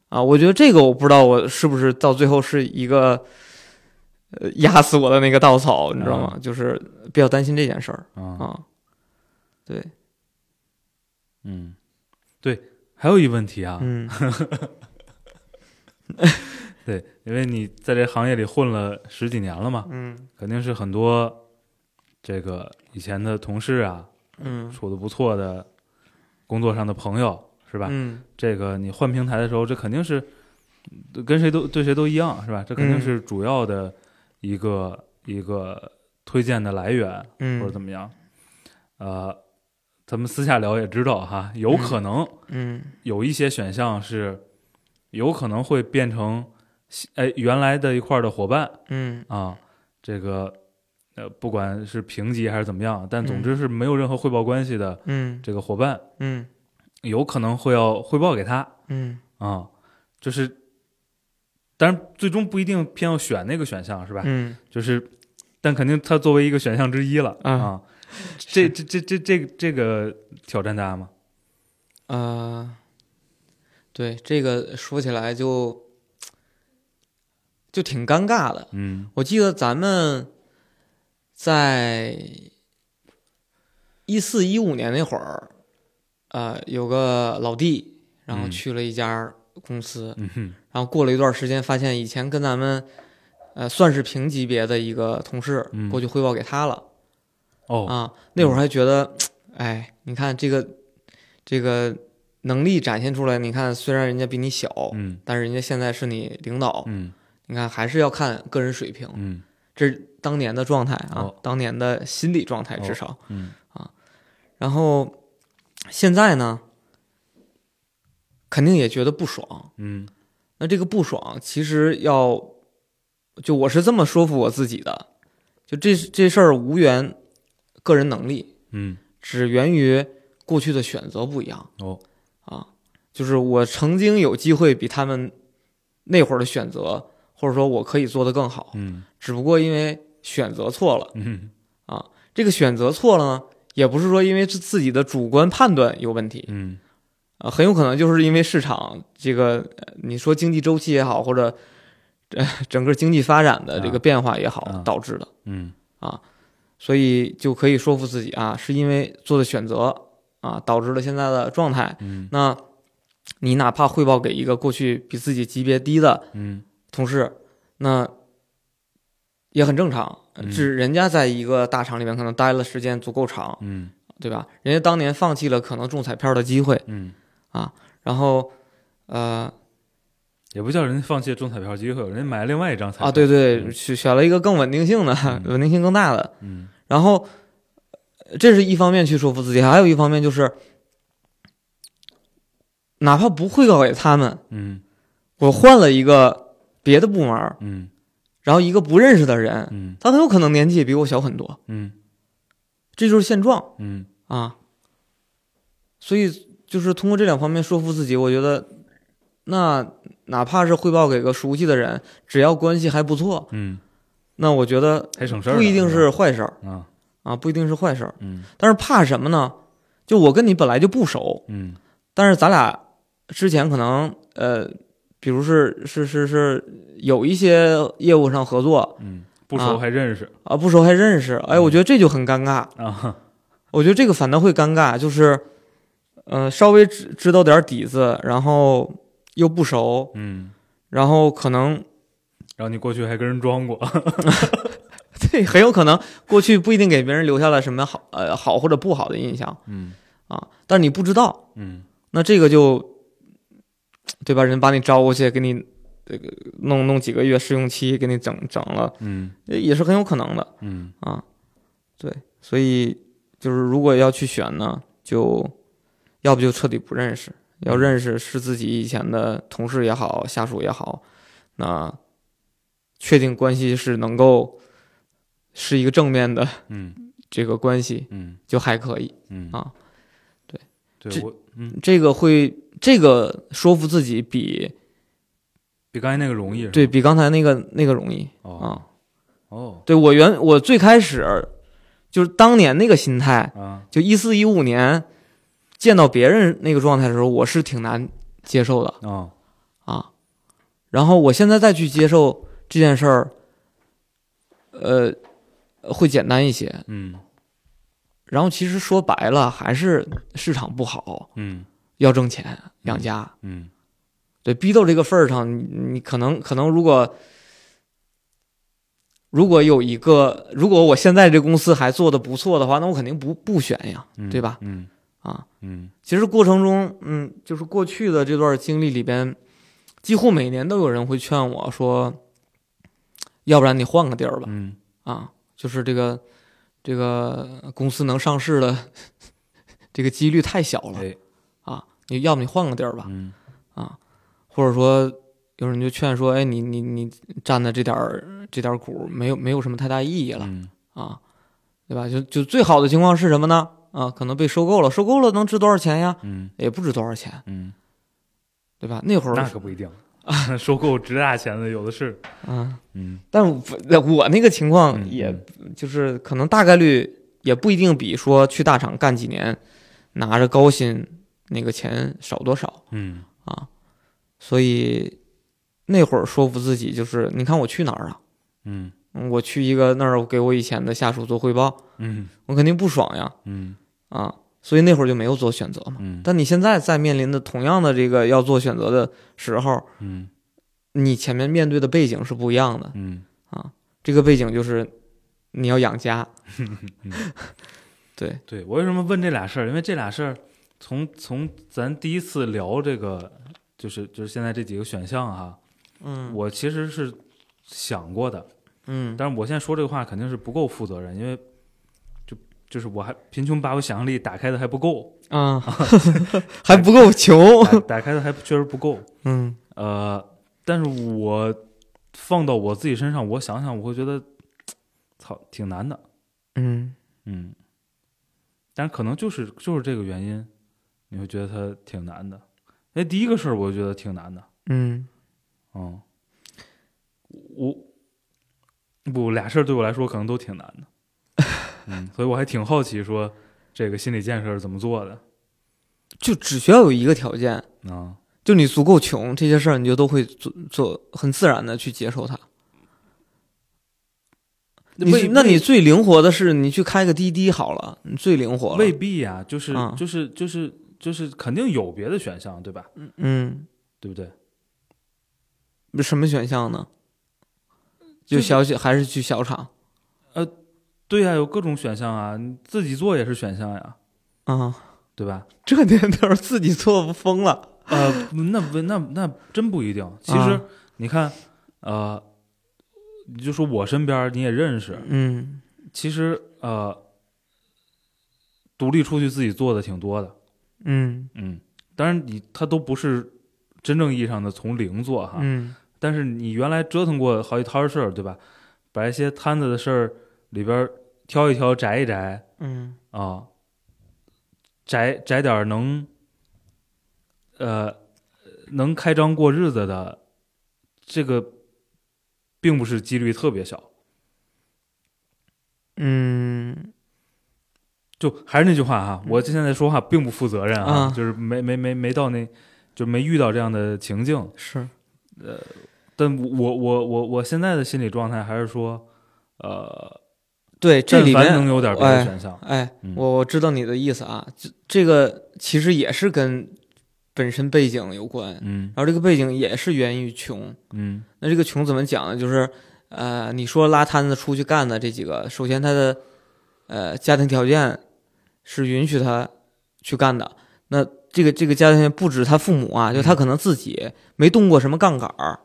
[SPEAKER 3] 啊。我觉得这个我不知道我是不是到最后是一个，呃，压死我的那个稻草，你知道
[SPEAKER 4] 嗯
[SPEAKER 3] 吗？就是比较担心这件事儿
[SPEAKER 4] 啊，
[SPEAKER 3] 啊。对，
[SPEAKER 4] 嗯，对，还有一问题啊，
[SPEAKER 3] 嗯
[SPEAKER 4] 对，因为你在这行业里混了十几年了嘛，
[SPEAKER 3] 嗯
[SPEAKER 4] 肯定是很多这个以前的同事啊，
[SPEAKER 3] 嗯
[SPEAKER 4] 处的不错的工作上的朋友，是吧？
[SPEAKER 3] 嗯
[SPEAKER 4] 这个你换平台的时候，这肯定是嗯跟谁都对谁都一样，是吧？
[SPEAKER 3] 嗯
[SPEAKER 4] 这肯定是主要的一个、一个推荐的来源，或者
[SPEAKER 3] 嗯
[SPEAKER 4] 怎么样。呃，咱们私下聊也知道哈，有可能
[SPEAKER 3] 嗯
[SPEAKER 4] 有一些选项是有可能会变成新哎原来的一块儿的伙伴，
[SPEAKER 3] 嗯
[SPEAKER 4] 啊，这个呃，不管是评级还是怎么样，但总
[SPEAKER 3] 嗯
[SPEAKER 4] 之是没有任何汇报关系的
[SPEAKER 3] 嗯
[SPEAKER 4] 这个伙伴，
[SPEAKER 3] 嗯
[SPEAKER 4] 有可能会要汇报给他
[SPEAKER 3] 嗯
[SPEAKER 4] 啊，就是，当然最终不一定偏要选那个选项是吧？
[SPEAKER 3] 嗯。
[SPEAKER 4] 就是，但肯定它作为一个选项之一了
[SPEAKER 3] 啊
[SPEAKER 4] 啊。这这这这这这个挑战大吗？
[SPEAKER 3] 啊，对，这个说起来就就挺尴尬的。
[SPEAKER 4] 嗯
[SPEAKER 3] 我记得咱们在一四一五年那会儿，呃，有个老弟，然后
[SPEAKER 4] 嗯
[SPEAKER 3] 去了一家公司，
[SPEAKER 4] 嗯哼
[SPEAKER 3] 然后过了一段时间，发现以前跟咱们呃算是平级别的一个同事
[SPEAKER 4] 嗯
[SPEAKER 3] 过去汇报给他了。
[SPEAKER 4] 哦
[SPEAKER 3] 啊，那会儿还觉得，哎，你看这个这个能力展现出来，你看虽然人家比你小，
[SPEAKER 4] 嗯
[SPEAKER 3] 但是人家现在是你领导，
[SPEAKER 4] 嗯
[SPEAKER 3] 你看还是要看个人水平，
[SPEAKER 4] 嗯
[SPEAKER 3] 这是当年的状态啊，
[SPEAKER 4] 哦
[SPEAKER 3] 当年的心理状态至少。啊
[SPEAKER 4] 嗯
[SPEAKER 3] 然后现在呢，肯定也觉得不爽。
[SPEAKER 4] 嗯
[SPEAKER 3] 那这个不爽其实要，就我是这么说服我自己的，就这这事儿无缘个人能力，
[SPEAKER 4] 嗯
[SPEAKER 3] 只源于过去的选择不一样
[SPEAKER 4] 哦
[SPEAKER 3] 啊。就是我曾经有机会比他们那会儿的选择或者说我可以做得更好，
[SPEAKER 4] 嗯
[SPEAKER 3] 只不过因为选择错了。
[SPEAKER 4] 嗯
[SPEAKER 3] 这个选择错了呢，也不是说因为是自己的主观判断有问题，
[SPEAKER 4] 嗯
[SPEAKER 3] 啊，很有可能就是因为市场这个，呃你说经济周期也好，或者呃整个经济发展的这个
[SPEAKER 4] 啊
[SPEAKER 3] 变化也好
[SPEAKER 4] 啊
[SPEAKER 3] 导致的，
[SPEAKER 4] 嗯
[SPEAKER 3] 所以就可以说服自己啊，是因为做的选择啊导致了现在的状态。
[SPEAKER 4] 嗯
[SPEAKER 3] 那你哪怕汇报给一个过去比自己级别低的
[SPEAKER 4] 嗯
[SPEAKER 3] 同事，那也很正常，
[SPEAKER 4] 嗯
[SPEAKER 3] 只人家在一个大厂里面可能待了时间足够长，
[SPEAKER 4] 嗯
[SPEAKER 3] 对吧？人家当年放弃了可能中彩票的机会，
[SPEAKER 4] 嗯，
[SPEAKER 3] 然后呃。
[SPEAKER 4] 也不叫人家放弃中彩票机会，人家买了另外一张彩票
[SPEAKER 3] 啊，对对，
[SPEAKER 4] 嗯
[SPEAKER 3] 选选了一个更稳定性的、
[SPEAKER 4] 嗯
[SPEAKER 3] 稳定性更大的。
[SPEAKER 4] 嗯
[SPEAKER 3] 然后，呃这是一方面去说服自己，还有一方面就是，哪怕不汇报给他们，
[SPEAKER 4] 嗯
[SPEAKER 3] 我换了一个别的部门儿，
[SPEAKER 4] 嗯
[SPEAKER 3] 然后一个不认识的人，
[SPEAKER 4] 嗯
[SPEAKER 3] 他很有可能年纪也比我小很多，
[SPEAKER 4] 嗯
[SPEAKER 3] 这就是现状
[SPEAKER 4] 嗯
[SPEAKER 3] 啊。所以就是通过这两方面说服自己，我觉得，那哪怕是汇报给个熟悉的人，只要关系还不错，
[SPEAKER 4] 嗯，
[SPEAKER 3] 那我觉得
[SPEAKER 4] 还省事儿呢，
[SPEAKER 3] 不一定是
[SPEAKER 4] 吧
[SPEAKER 3] 坏事儿。
[SPEAKER 4] 啊，
[SPEAKER 3] 啊，不一定是坏事儿。
[SPEAKER 4] 嗯
[SPEAKER 3] 但是怕什么呢？就我跟你本来就不熟，
[SPEAKER 4] 嗯
[SPEAKER 3] 但是咱俩之前可能呃，比如是是是是有一些业务上合作
[SPEAKER 4] 嗯，不熟
[SPEAKER 3] 啊
[SPEAKER 4] 还认识
[SPEAKER 3] 啊，不熟还认识，
[SPEAKER 4] 嗯
[SPEAKER 3] 哎，我觉得这就很尴尬。
[SPEAKER 4] 啊，
[SPEAKER 3] 我觉得这个反倒会尴尬，就是呃，稍微知知道点儿底子，然后又不熟，
[SPEAKER 4] 嗯，
[SPEAKER 3] 然后可能
[SPEAKER 4] 然后你过去还跟人装过，
[SPEAKER 3] 对，很有可能过去不一定给别人留下了什么好呃好或者不好的印象
[SPEAKER 4] 嗯
[SPEAKER 3] 啊，但是你不知道，
[SPEAKER 4] 嗯
[SPEAKER 3] 那这个就，对吧？人把你招过去，给你这个弄弄几个月试用期，给你整整了，
[SPEAKER 4] 嗯
[SPEAKER 3] 也也是很有可能的
[SPEAKER 4] 嗯
[SPEAKER 3] 啊。对，所以就是如果要去选呢，就要不就彻底不认识，要认识是自己以前的同事也好，下属也好，那确定关系是能够是一个正面的
[SPEAKER 4] 嗯
[SPEAKER 3] 这个关系，
[SPEAKER 4] 嗯
[SPEAKER 3] 就还可以。
[SPEAKER 4] 嗯
[SPEAKER 3] 啊，对
[SPEAKER 4] 对
[SPEAKER 3] 这
[SPEAKER 4] 我嗯
[SPEAKER 3] 这个会这个说服自己比。
[SPEAKER 4] 比刚才那个容易是吧
[SPEAKER 3] 对比刚才那个那个容易
[SPEAKER 4] 哦
[SPEAKER 3] 啊。
[SPEAKER 4] 哦
[SPEAKER 3] 对我原我最开始就是当年那个心态，
[SPEAKER 4] 啊
[SPEAKER 3] 就一四一五年见到别人那个状态的时候，我是挺难接受的
[SPEAKER 4] 哦
[SPEAKER 3] 啊。然后我现在再去接受这件事儿，呃，会简单一些。
[SPEAKER 4] 嗯
[SPEAKER 3] 然后其实说白了，还是市场不好，
[SPEAKER 4] 嗯
[SPEAKER 3] 要挣钱养家。
[SPEAKER 4] 嗯
[SPEAKER 3] 对，逼到这个份儿上，你你可能可能如果如果有一个，如果我现在这公司还做的不错的话，那我肯定不不选呀，
[SPEAKER 4] 嗯
[SPEAKER 3] 对吧？
[SPEAKER 4] 嗯
[SPEAKER 3] 啊，
[SPEAKER 4] 嗯
[SPEAKER 3] 其实过程中，嗯，就是过去的这段经历里边，几乎每年都有人会劝我说，要不然你换个地儿吧，
[SPEAKER 4] 嗯
[SPEAKER 3] 啊，就是这个这个公司能上市的 这个几率太小了
[SPEAKER 4] 哎
[SPEAKER 3] 啊，你要不你换个地儿吧，
[SPEAKER 4] 嗯
[SPEAKER 3] 或者说有人就劝说，哎，你你你占的这点儿这点儿股没有没有什么太大意义了、
[SPEAKER 4] 嗯
[SPEAKER 3] 啊，对吧？就就最好的情况是什么呢？啊，可能被收购了，收购了能值多少钱呀？
[SPEAKER 4] 嗯
[SPEAKER 3] 也不值多少钱，
[SPEAKER 4] 嗯，
[SPEAKER 3] 对吧？那会儿
[SPEAKER 4] 那可不一定， 收购值大钱的有的是，
[SPEAKER 3] 啊，
[SPEAKER 4] 嗯
[SPEAKER 3] 但我我那个情况
[SPEAKER 4] 嗯
[SPEAKER 3] 也、就是可能大概率也不一定比说去大厂干几年拿着高薪那个钱少多少
[SPEAKER 4] 嗯
[SPEAKER 3] 啊，所以那会儿说服自己就是，你看我去哪儿啊？
[SPEAKER 4] 嗯
[SPEAKER 3] 嗯我去一个那儿给我以前的下属做汇报，
[SPEAKER 4] 嗯
[SPEAKER 3] 我肯定不爽呀
[SPEAKER 4] 嗯
[SPEAKER 3] 啊，所以那会儿就没有做选择嘛。
[SPEAKER 4] 嗯
[SPEAKER 3] 但你现在在面临的同样的这个要做选择的时候，
[SPEAKER 4] 嗯
[SPEAKER 3] 你前面面对的背景是不一样的，
[SPEAKER 4] 嗯
[SPEAKER 3] 这个背景就是你要养家，对，
[SPEAKER 4] 对我为什么问这俩事儿？因为这俩事儿从从咱第一次聊这个，就是就是现在这几个选项哈、
[SPEAKER 3] 嗯
[SPEAKER 4] 我其实是想过的，
[SPEAKER 3] 嗯
[SPEAKER 4] 但是我现在说这个话肯定是不够负责任，因为就就是我还贫穷把我想象力打开的还 不够，
[SPEAKER 3] 啊，还不够穷，
[SPEAKER 4] 打打开的还确实不够。
[SPEAKER 3] 嗯
[SPEAKER 4] 呃，但是我放到我自己身上，我想想，我会觉得，操，挺难的。
[SPEAKER 3] 嗯
[SPEAKER 4] 嗯，但可能就是就是这个原因，你会觉得它挺难的。哎，第一个事儿我觉得挺难的，
[SPEAKER 3] 嗯，
[SPEAKER 4] 嗯我不俩事儿对我来说可能都挺难的，嗯，所以我还挺好奇说这个心理建设是怎么做的
[SPEAKER 3] 就只需要有一个条件，
[SPEAKER 4] 啊、
[SPEAKER 3] 就你足够穷，这些事儿你就都会做做，很自然的去接受它。你
[SPEAKER 4] 未
[SPEAKER 3] 那你
[SPEAKER 4] 未
[SPEAKER 3] 最灵活的是你去开个滴滴好了，你最灵活
[SPEAKER 4] 未
[SPEAKER 3] 了。
[SPEAKER 4] 必呀、就是、
[SPEAKER 3] 啊
[SPEAKER 4] 就是就是就是肯定有别的选项，对吧？
[SPEAKER 3] 嗯，
[SPEAKER 4] 对不对？
[SPEAKER 3] 什么选项呢？就
[SPEAKER 4] 就
[SPEAKER 3] 是小企还是去小厂
[SPEAKER 4] 对呀、有各种选项啊，你自己做也是选项呀，
[SPEAKER 3] 啊？
[SPEAKER 4] 对吧？
[SPEAKER 3] 这点都是自己做不疯了。
[SPEAKER 4] 呃，那不那那真不一定。其实
[SPEAKER 3] 啊
[SPEAKER 4] 你看，呃，你就说我身边儿你也认识，
[SPEAKER 3] 嗯
[SPEAKER 4] 其实呃，独立出去自己做的挺多的，
[SPEAKER 3] 嗯
[SPEAKER 4] 嗯，当然你他都不是真正意义上的从零做哈，
[SPEAKER 3] 嗯
[SPEAKER 4] 但是你原来折腾过好几摊儿事儿，对吧？把一些摊子的事儿里边儿挑一挑、摘一摘
[SPEAKER 3] 嗯
[SPEAKER 4] 啊，摘摘点儿能，呃，能开张过日子的，这个并不是几率特别小。
[SPEAKER 3] 嗯
[SPEAKER 4] 就还是那句话哈，我现在说话并不负责任啊，
[SPEAKER 3] 啊
[SPEAKER 4] 就是没没没没到那，就没遇到这样的情境。
[SPEAKER 3] 是
[SPEAKER 4] 但我我我我现在的心理状态还是说，呃，
[SPEAKER 3] 对这里
[SPEAKER 4] 但凡能
[SPEAKER 3] 面
[SPEAKER 4] 有点别的选项，
[SPEAKER 3] 哎
[SPEAKER 4] 嗯，
[SPEAKER 3] 我我知道你的意思啊，这这个其实也是跟本身背景有关，
[SPEAKER 4] 嗯
[SPEAKER 3] 然后这个背景也是源于穷。
[SPEAKER 4] 嗯
[SPEAKER 3] 那这个穷怎么讲呢？就是，呃，你说拉摊子出去干的这几个，首先他的，呃，家庭条件是允许他去干的。那这个这个家庭条件不止他父母
[SPEAKER 4] 嗯
[SPEAKER 3] 啊，就他可能自己没动过什么杠杆儿，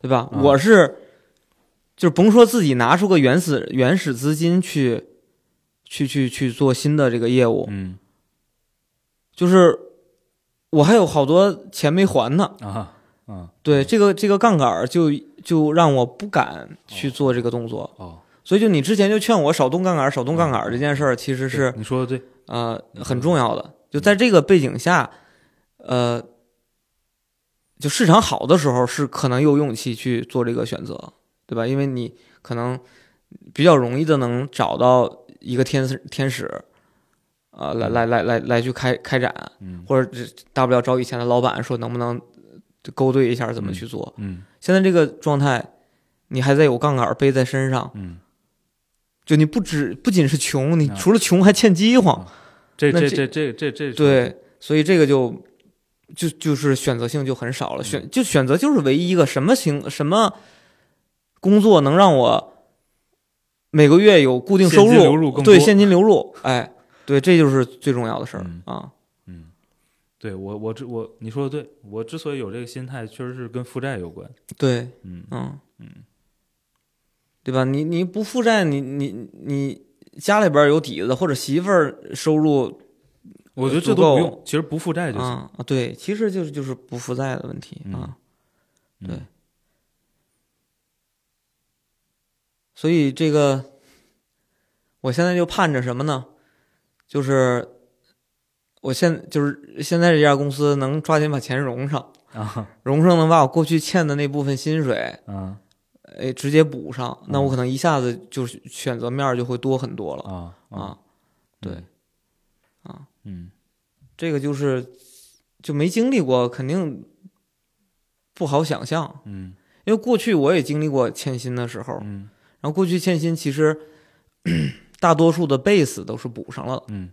[SPEAKER 3] 对吧？
[SPEAKER 4] 啊
[SPEAKER 3] 我是，就是甭说自己拿出个原始原始资金去，去去去做新的这个业务，
[SPEAKER 4] 嗯
[SPEAKER 3] 就是我还有好多钱没还呢。
[SPEAKER 4] 啊啊
[SPEAKER 3] 对这个这个杠杆儿就就让我不敢去做这个动作，
[SPEAKER 4] 哦，
[SPEAKER 3] 所以就你之前就劝我少动杠杆儿，少动杠杆儿这件事儿，其实
[SPEAKER 4] 嗯对嗯
[SPEAKER 3] 是
[SPEAKER 4] 你说的对，
[SPEAKER 3] 呃很重要的。就在这个背景下，呃，就市场好的时候是可能有勇气去做这个选择，对吧？因为你可能比较容易的能找到一个天使天使，呃，来来来来来去开开展，
[SPEAKER 4] 嗯
[SPEAKER 3] 或者这大不了找以前的老板说能不能勾兑一下怎么去做。
[SPEAKER 4] 嗯
[SPEAKER 3] 现在这个状态，你还在有杠杆儿背在身上，
[SPEAKER 4] 嗯，
[SPEAKER 3] 就你不止不仅是穷，你
[SPEAKER 4] 啊
[SPEAKER 3] 除了穷还欠饥
[SPEAKER 4] 嗯
[SPEAKER 3] 荒，
[SPEAKER 4] 这
[SPEAKER 3] 那
[SPEAKER 4] 这
[SPEAKER 3] 这
[SPEAKER 4] 这这这这
[SPEAKER 3] 对，所以这个就就就是选择性就很少了，选就选择就是唯一一个什么行什么工作能让我每个月有固定收
[SPEAKER 4] 现金流入
[SPEAKER 3] 入，
[SPEAKER 4] 更
[SPEAKER 3] 对
[SPEAKER 4] 多
[SPEAKER 3] 现金流入，哎，对，这就是最重要的事儿
[SPEAKER 4] 嗯
[SPEAKER 3] 啊，
[SPEAKER 4] 嗯，对我我之我你说的对，我之所以有这个心态，确实是跟负债有关，
[SPEAKER 3] 对，
[SPEAKER 4] 嗯
[SPEAKER 3] 嗯
[SPEAKER 4] 嗯，
[SPEAKER 3] 对吧？你你不负债，你你你家里边儿有底子，或者媳妇儿收入
[SPEAKER 4] 我觉得
[SPEAKER 3] 足
[SPEAKER 4] 这都
[SPEAKER 3] 够
[SPEAKER 4] 不用，其实不负债就行，
[SPEAKER 3] 啊啊，对，其实就是就是不负债的问题
[SPEAKER 4] 嗯
[SPEAKER 3] 啊，
[SPEAKER 4] 嗯
[SPEAKER 3] 对所以这个我现在就盼着什么呢？就是我现就是现在这家公司能抓紧把钱融上，
[SPEAKER 4] 啊
[SPEAKER 3] 融上能把我过去欠的那部分薪水，
[SPEAKER 4] 啊
[SPEAKER 3] 哎，直接补上，那我
[SPEAKER 4] 嗯
[SPEAKER 3] 可能一下子就是选择面儿就会多很多了
[SPEAKER 4] 啊
[SPEAKER 3] 啊，。对，啊，
[SPEAKER 4] 嗯
[SPEAKER 3] 这个就是就没经历过，肯定不好想象。
[SPEAKER 4] 嗯
[SPEAKER 3] 因为过去我也经历过欠薪的时候，然
[SPEAKER 4] 嗯
[SPEAKER 3] 后过去欠薪其实大多数的 base 都是补上了，
[SPEAKER 4] 嗯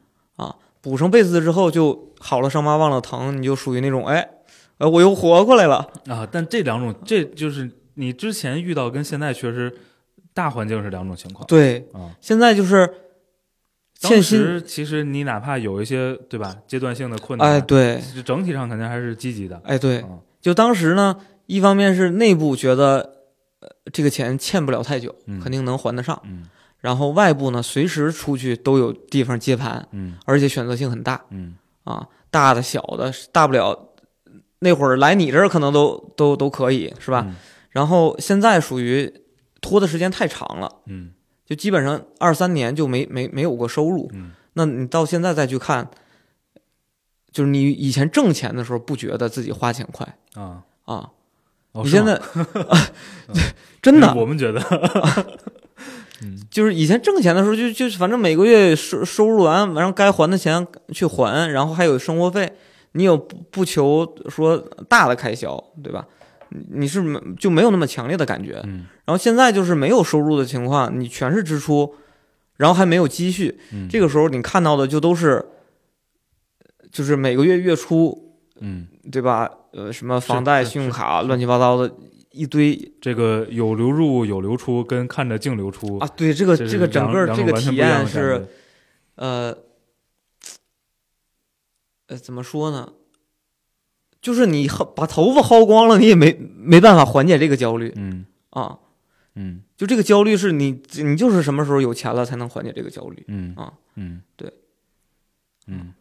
[SPEAKER 3] 补上 base 之后就好了，伤疤忘了疼，你就属于那种哎，呃，我又活过来了。
[SPEAKER 4] 啊，但这两种，这就是你之前遇到跟现在确实大环境是两种情况
[SPEAKER 3] 对，
[SPEAKER 4] 啊。
[SPEAKER 3] 现在就是欠
[SPEAKER 4] 当
[SPEAKER 3] 薪，
[SPEAKER 4] 时其实你哪怕有一些对吧阶段性的困难，
[SPEAKER 3] 哎，，对，
[SPEAKER 4] 整体上肯定还是积极的。
[SPEAKER 3] 哎，对
[SPEAKER 4] 嗯，
[SPEAKER 3] 就当时呢，一方面是内部觉得。呃这个钱欠不了太久，
[SPEAKER 4] 嗯
[SPEAKER 3] 肯定能还得上。
[SPEAKER 4] 嗯
[SPEAKER 3] 然后外部呢，随时出去都有地方接盘，
[SPEAKER 4] 嗯
[SPEAKER 3] 而且选择性很大
[SPEAKER 4] 嗯
[SPEAKER 3] 啊，大的小的，大不了那会儿来你这儿可能都都都可以，是吧？
[SPEAKER 4] 嗯
[SPEAKER 3] 然后现在属于拖的时间太长了，
[SPEAKER 4] 嗯
[SPEAKER 3] 就基本上二三年就没没没有过收入。
[SPEAKER 4] 嗯
[SPEAKER 3] 那你到现在再去看，就是你以前挣钱的时候不觉得自己花钱快
[SPEAKER 4] 啊
[SPEAKER 3] 啊，
[SPEAKER 4] 哦
[SPEAKER 3] 你
[SPEAKER 4] 是
[SPEAKER 3] 现
[SPEAKER 4] 吗
[SPEAKER 3] 在 真的
[SPEAKER 4] 我们觉得， 嗯
[SPEAKER 3] 就是以前挣钱的时候就就是反正每个月收收入完，然后该还的钱去还，然后还有生活费，你有不不求说大的开销，对吧？你你是没就没有那么强烈的感觉。
[SPEAKER 4] 嗯
[SPEAKER 3] 然后现在就是没有收入的情况，你全是支出，然后还没有积蓄，
[SPEAKER 4] 嗯，
[SPEAKER 3] 这
[SPEAKER 4] 个
[SPEAKER 3] 个时候你看到的就都是，就是每个月月初，
[SPEAKER 4] 嗯，
[SPEAKER 3] 对吧？呃，什么房贷、
[SPEAKER 4] 是
[SPEAKER 3] 信用卡，乱七八糟的一堆
[SPEAKER 4] 这个有流入有流出，跟看着净流出
[SPEAKER 3] 啊！，对，这个
[SPEAKER 4] 是
[SPEAKER 3] 这个整
[SPEAKER 4] 两
[SPEAKER 3] 个
[SPEAKER 4] 两
[SPEAKER 3] 这
[SPEAKER 4] 种
[SPEAKER 3] 个
[SPEAKER 4] 完全
[SPEAKER 3] 体
[SPEAKER 4] 不一样的
[SPEAKER 3] 验
[SPEAKER 4] 感
[SPEAKER 3] 是
[SPEAKER 4] 觉，
[SPEAKER 3] 呃，呃，怎么说呢？就是你薅把头发薅光了，你也没没办法缓解这个焦虑
[SPEAKER 4] 嗯
[SPEAKER 3] 啊！
[SPEAKER 4] 嗯
[SPEAKER 3] 就这个焦虑是你你就是什么时候有钱了才能缓解这个焦虑。
[SPEAKER 4] 嗯
[SPEAKER 3] 啊
[SPEAKER 4] 嗯
[SPEAKER 3] 对，
[SPEAKER 4] 嗯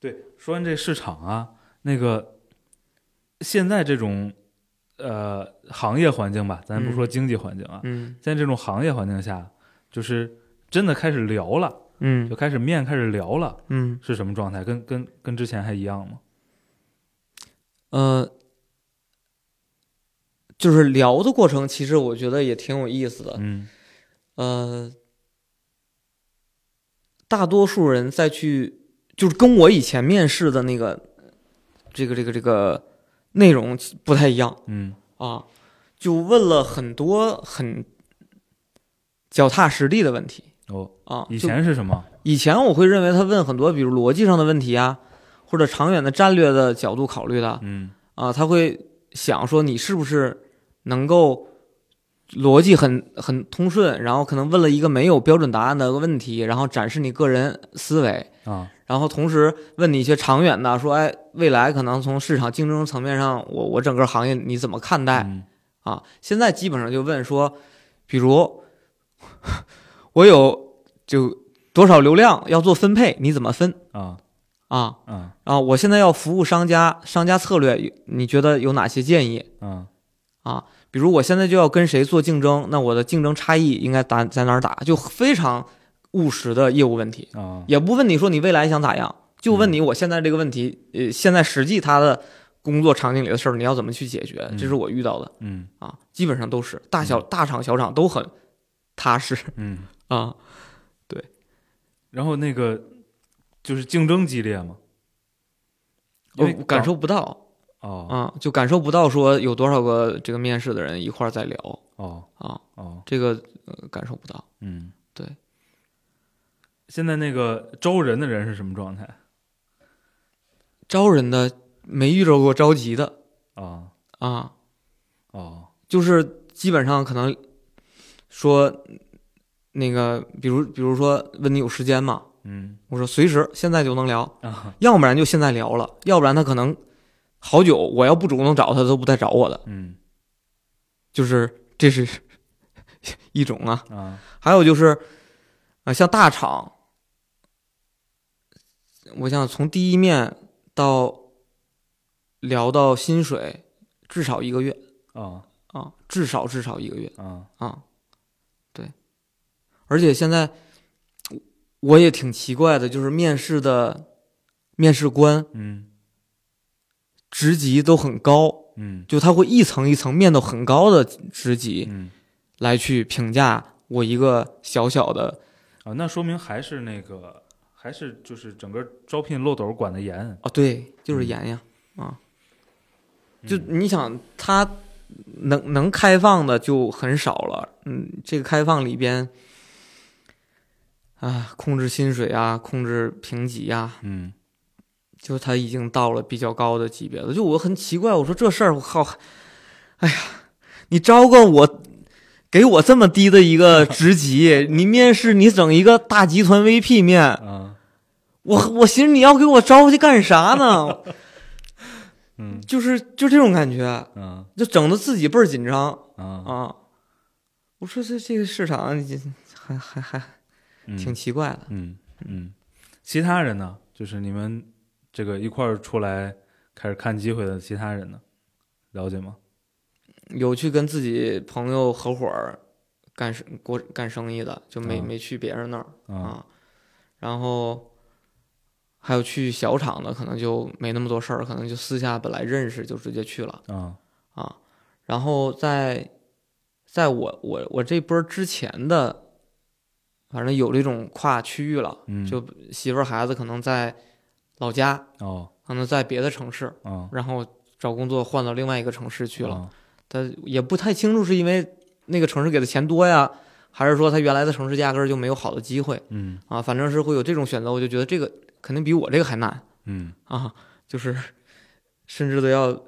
[SPEAKER 4] 对，说完这市场啊，那个现在这种呃行业环境吧，咱不说经济环境啊，
[SPEAKER 3] 嗯
[SPEAKER 4] 现在这种行业环境下，就是真的开始聊了，
[SPEAKER 3] 嗯
[SPEAKER 4] 就开始面开始聊了，
[SPEAKER 3] 嗯
[SPEAKER 4] 是什么状态？跟跟跟之前还一样吗？
[SPEAKER 3] 呃，就是聊的过程，其实我觉得也挺有意思的。
[SPEAKER 4] 嗯
[SPEAKER 3] 呃，大多数人再去，就是跟我以前面试的那个，这个这个这个内容不太一样
[SPEAKER 4] 嗯
[SPEAKER 3] 啊，就问了很多很脚踏实地的问题
[SPEAKER 4] 哦，
[SPEAKER 3] 啊。
[SPEAKER 4] 以
[SPEAKER 3] 就
[SPEAKER 4] 前是什么？
[SPEAKER 3] 以前我会认为他问很多，比如逻辑上的问题啊，或者长远的战略的角度考虑的
[SPEAKER 4] 嗯
[SPEAKER 3] 啊，他会想说你是不是能够逻辑很很通顺，然后可能问了一个没有标准答案的问题，然后展示你个人思维，
[SPEAKER 4] 啊
[SPEAKER 3] 然后同时问你一些长远的，说哎，未来可能从市场竞争层面上，我我整个行业你怎么看待
[SPEAKER 4] 嗯
[SPEAKER 3] 啊？现在基本上就问说，比如我有就多少流量要做分配，你怎么分
[SPEAKER 4] 啊
[SPEAKER 3] 啊？
[SPEAKER 4] 啊
[SPEAKER 3] 啊，我现在要服务商家，商家策略，你觉得有哪些建议？
[SPEAKER 4] 啊
[SPEAKER 3] 比如我现在就要跟谁做竞争，那我的竞争差异应该打在哪儿打？就非常务实的业务问题，
[SPEAKER 4] 啊
[SPEAKER 3] 也不问你说你未来想咋样，就问你我现在这个问题，呃，现在实际他的工作场景里的事儿，你要怎么去解决？这是我遇到的
[SPEAKER 4] 嗯
[SPEAKER 3] 啊，基本上都是大小大厂小厂都很踏实
[SPEAKER 4] 嗯，
[SPEAKER 3] 啊。
[SPEAKER 4] 然后那个就是竞争激烈嘛，因
[SPEAKER 3] 我
[SPEAKER 4] 为
[SPEAKER 3] 感
[SPEAKER 4] 港
[SPEAKER 3] 受不到
[SPEAKER 4] 哦
[SPEAKER 3] 啊，就感受不到说有多少个这个面试的人一块儿在聊
[SPEAKER 4] 哦
[SPEAKER 3] 啊，
[SPEAKER 4] 哦
[SPEAKER 3] 这个、呃、感受不到。
[SPEAKER 4] 嗯
[SPEAKER 3] 对。
[SPEAKER 4] 现在那个招人的人是什么状态
[SPEAKER 3] 招人的没遇着过着急的
[SPEAKER 4] 啊？
[SPEAKER 3] 啊，
[SPEAKER 4] 哦
[SPEAKER 3] 就是基本上可能说那个，比如比如说问你有时间吗？
[SPEAKER 4] 嗯
[SPEAKER 3] 我说随时，现在就能聊，
[SPEAKER 4] 啊
[SPEAKER 3] 要不然就现在聊了，要不然他可能好久，我要不主动找他，他都不带找我的，
[SPEAKER 4] 嗯
[SPEAKER 3] 就是这是一种啊。
[SPEAKER 4] 啊
[SPEAKER 3] 还有就是啊、呃像大厂，我想从第一面到聊到薪水，至少一个月。
[SPEAKER 4] 啊
[SPEAKER 3] 啊，至少至少一个月
[SPEAKER 4] 啊
[SPEAKER 3] 啊，对，而且现在我也挺奇怪的，就是面试的面试官
[SPEAKER 4] 嗯
[SPEAKER 3] 职级都很高，
[SPEAKER 4] 嗯
[SPEAKER 3] 就他会一层一层面到很高的职级
[SPEAKER 4] 嗯
[SPEAKER 3] 来去评价我一个小小的
[SPEAKER 4] 啊，那说明还是那个还是就是整个招聘漏斗管得严。
[SPEAKER 3] 啊，对，就是
[SPEAKER 4] 嗯
[SPEAKER 3] 严呀、啊，就你想他能能开放的就很少了，嗯，这个开放里边。啊，控制薪水啊，控制评级啊，
[SPEAKER 4] 嗯
[SPEAKER 3] 就他已经到了比较高的级别了。就我很奇怪，我说这事儿，我靠，哎呀，你招个我，给我这么低的一 个职级，你面试你整一个大集团 VP 面，
[SPEAKER 4] 啊
[SPEAKER 3] 我我寻思你要给我招去干啥呢？
[SPEAKER 4] 嗯
[SPEAKER 3] 就是就这种感觉，
[SPEAKER 4] 啊
[SPEAKER 3] 就整的自己倍儿紧张
[SPEAKER 4] 啊
[SPEAKER 3] 啊。我说这这个市场啊你还还还挺奇怪的。
[SPEAKER 4] 嗯嗯，其他人呢？就是你们这个一块儿出来开始看机会的其他人呢，了解吗？
[SPEAKER 3] 有去跟自己朋友合伙儿干生过干生意的，就没、
[SPEAKER 4] 啊
[SPEAKER 3] 没去别人那儿
[SPEAKER 4] 啊
[SPEAKER 3] 啊。然后还有去小厂的可能就没那么多事儿，可能就私下本来认识就直接去了
[SPEAKER 4] 啊
[SPEAKER 3] 啊。然后在在我我我这波之前的，反正有这种跨区域了，
[SPEAKER 4] 嗯
[SPEAKER 3] 就媳妇儿孩子可能在老家，
[SPEAKER 4] 哦
[SPEAKER 3] 可能在别的城市，
[SPEAKER 4] 啊
[SPEAKER 3] 然后找工作换到另外一个城市去了。
[SPEAKER 4] 啊
[SPEAKER 3] 他也不太清楚是因为那个城市给的钱多呀，还是说他原来的城市压根儿就没有好的机会
[SPEAKER 4] 嗯
[SPEAKER 3] 啊？反正是会有这种选择，我就觉得这个肯定比我这个还难
[SPEAKER 4] 嗯
[SPEAKER 3] 啊，就是 甚至都要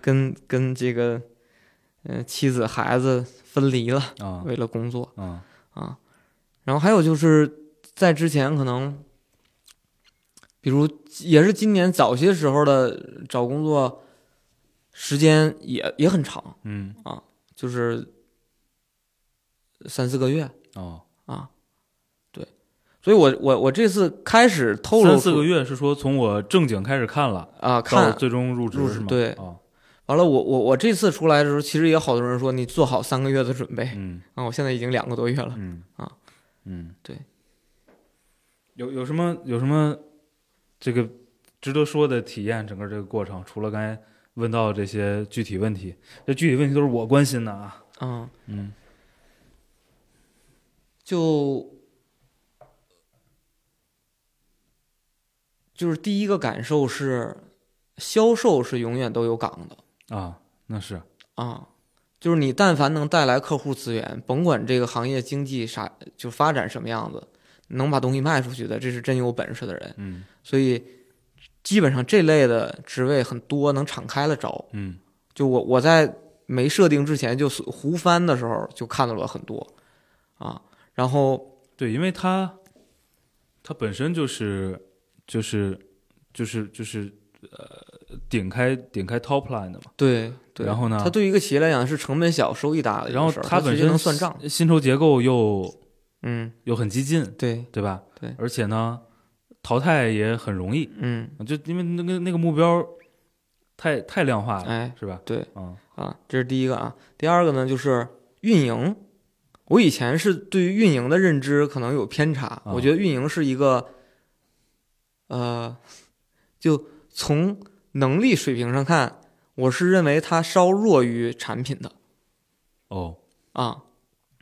[SPEAKER 3] 跟跟这个嗯、呃妻子孩子分离了，
[SPEAKER 4] 啊
[SPEAKER 3] 为了工作
[SPEAKER 4] 啊
[SPEAKER 3] 啊。然后还有就是在之前可能，比如也是今年早些时候的找工作时间也也很长。
[SPEAKER 4] 嗯
[SPEAKER 3] 就是三四个月
[SPEAKER 4] 哦，
[SPEAKER 3] 啊，对，所以我我我这次开始透露
[SPEAKER 4] 三四
[SPEAKER 3] 出
[SPEAKER 4] 个月是说从我正经开始看了，
[SPEAKER 3] 啊，
[SPEAKER 4] 到
[SPEAKER 3] 看
[SPEAKER 4] 最终入
[SPEAKER 3] 入
[SPEAKER 4] 职
[SPEAKER 3] 职
[SPEAKER 4] 是吗？
[SPEAKER 3] 对
[SPEAKER 4] 哦
[SPEAKER 3] 完了我，我我这次出来的时候，其实也好多人说你做好三个月的准备
[SPEAKER 4] 嗯
[SPEAKER 3] 啊，我现在已经两个多月了，
[SPEAKER 4] 嗯
[SPEAKER 3] 啊
[SPEAKER 4] 嗯
[SPEAKER 3] 对，
[SPEAKER 4] 有有什么有什么这个值得说的体验？整个这个过程，除了刚才问到这些具体问题，这具体问题都是我关心的啊。
[SPEAKER 3] 嗯，
[SPEAKER 4] 嗯
[SPEAKER 3] 就就是第一个感受是，销售是永远都有岗的
[SPEAKER 4] 啊，那是
[SPEAKER 3] 啊。就是你但凡能带来客户资源，甭管这个行业经济啥就发展什么样子，能把东西卖出去的，这是真有本事的人。
[SPEAKER 4] 嗯
[SPEAKER 3] 所以基本上这类的职位很多，能敞开了招。
[SPEAKER 4] 嗯
[SPEAKER 3] 就我我在没设定之前，就是胡翻的时候就看到了很多啊。然后
[SPEAKER 4] 对，因为它它本身就是就是就是就是呃顶开顶开 top line 的嘛。
[SPEAKER 3] 对对，
[SPEAKER 4] 然后呢
[SPEAKER 3] 它对于一个企业来讲是成本小、收益大的一
[SPEAKER 4] 然后
[SPEAKER 3] 个事儿，
[SPEAKER 4] 它
[SPEAKER 3] 它
[SPEAKER 4] 本
[SPEAKER 3] 直接
[SPEAKER 4] 身
[SPEAKER 3] 能算账。
[SPEAKER 4] 薪酬结构又
[SPEAKER 3] 嗯，
[SPEAKER 4] 又很激进，
[SPEAKER 3] 对，
[SPEAKER 4] 对吧？
[SPEAKER 3] 对
[SPEAKER 4] 而且呢，淘汰也很容易，
[SPEAKER 3] 嗯，
[SPEAKER 4] 就因为那个那个目标太太量化了，
[SPEAKER 3] 哎
[SPEAKER 4] 是吧？
[SPEAKER 3] 对，
[SPEAKER 4] 嗯
[SPEAKER 3] 啊，这是第一个啊。第二个呢，就是运营。我以前是对于运营的认知可能有偏差，
[SPEAKER 4] 啊
[SPEAKER 3] 我觉得运营是一个，呃，就从能力水平上看，我是认为它稍弱于产品的
[SPEAKER 4] 哦，
[SPEAKER 3] 啊，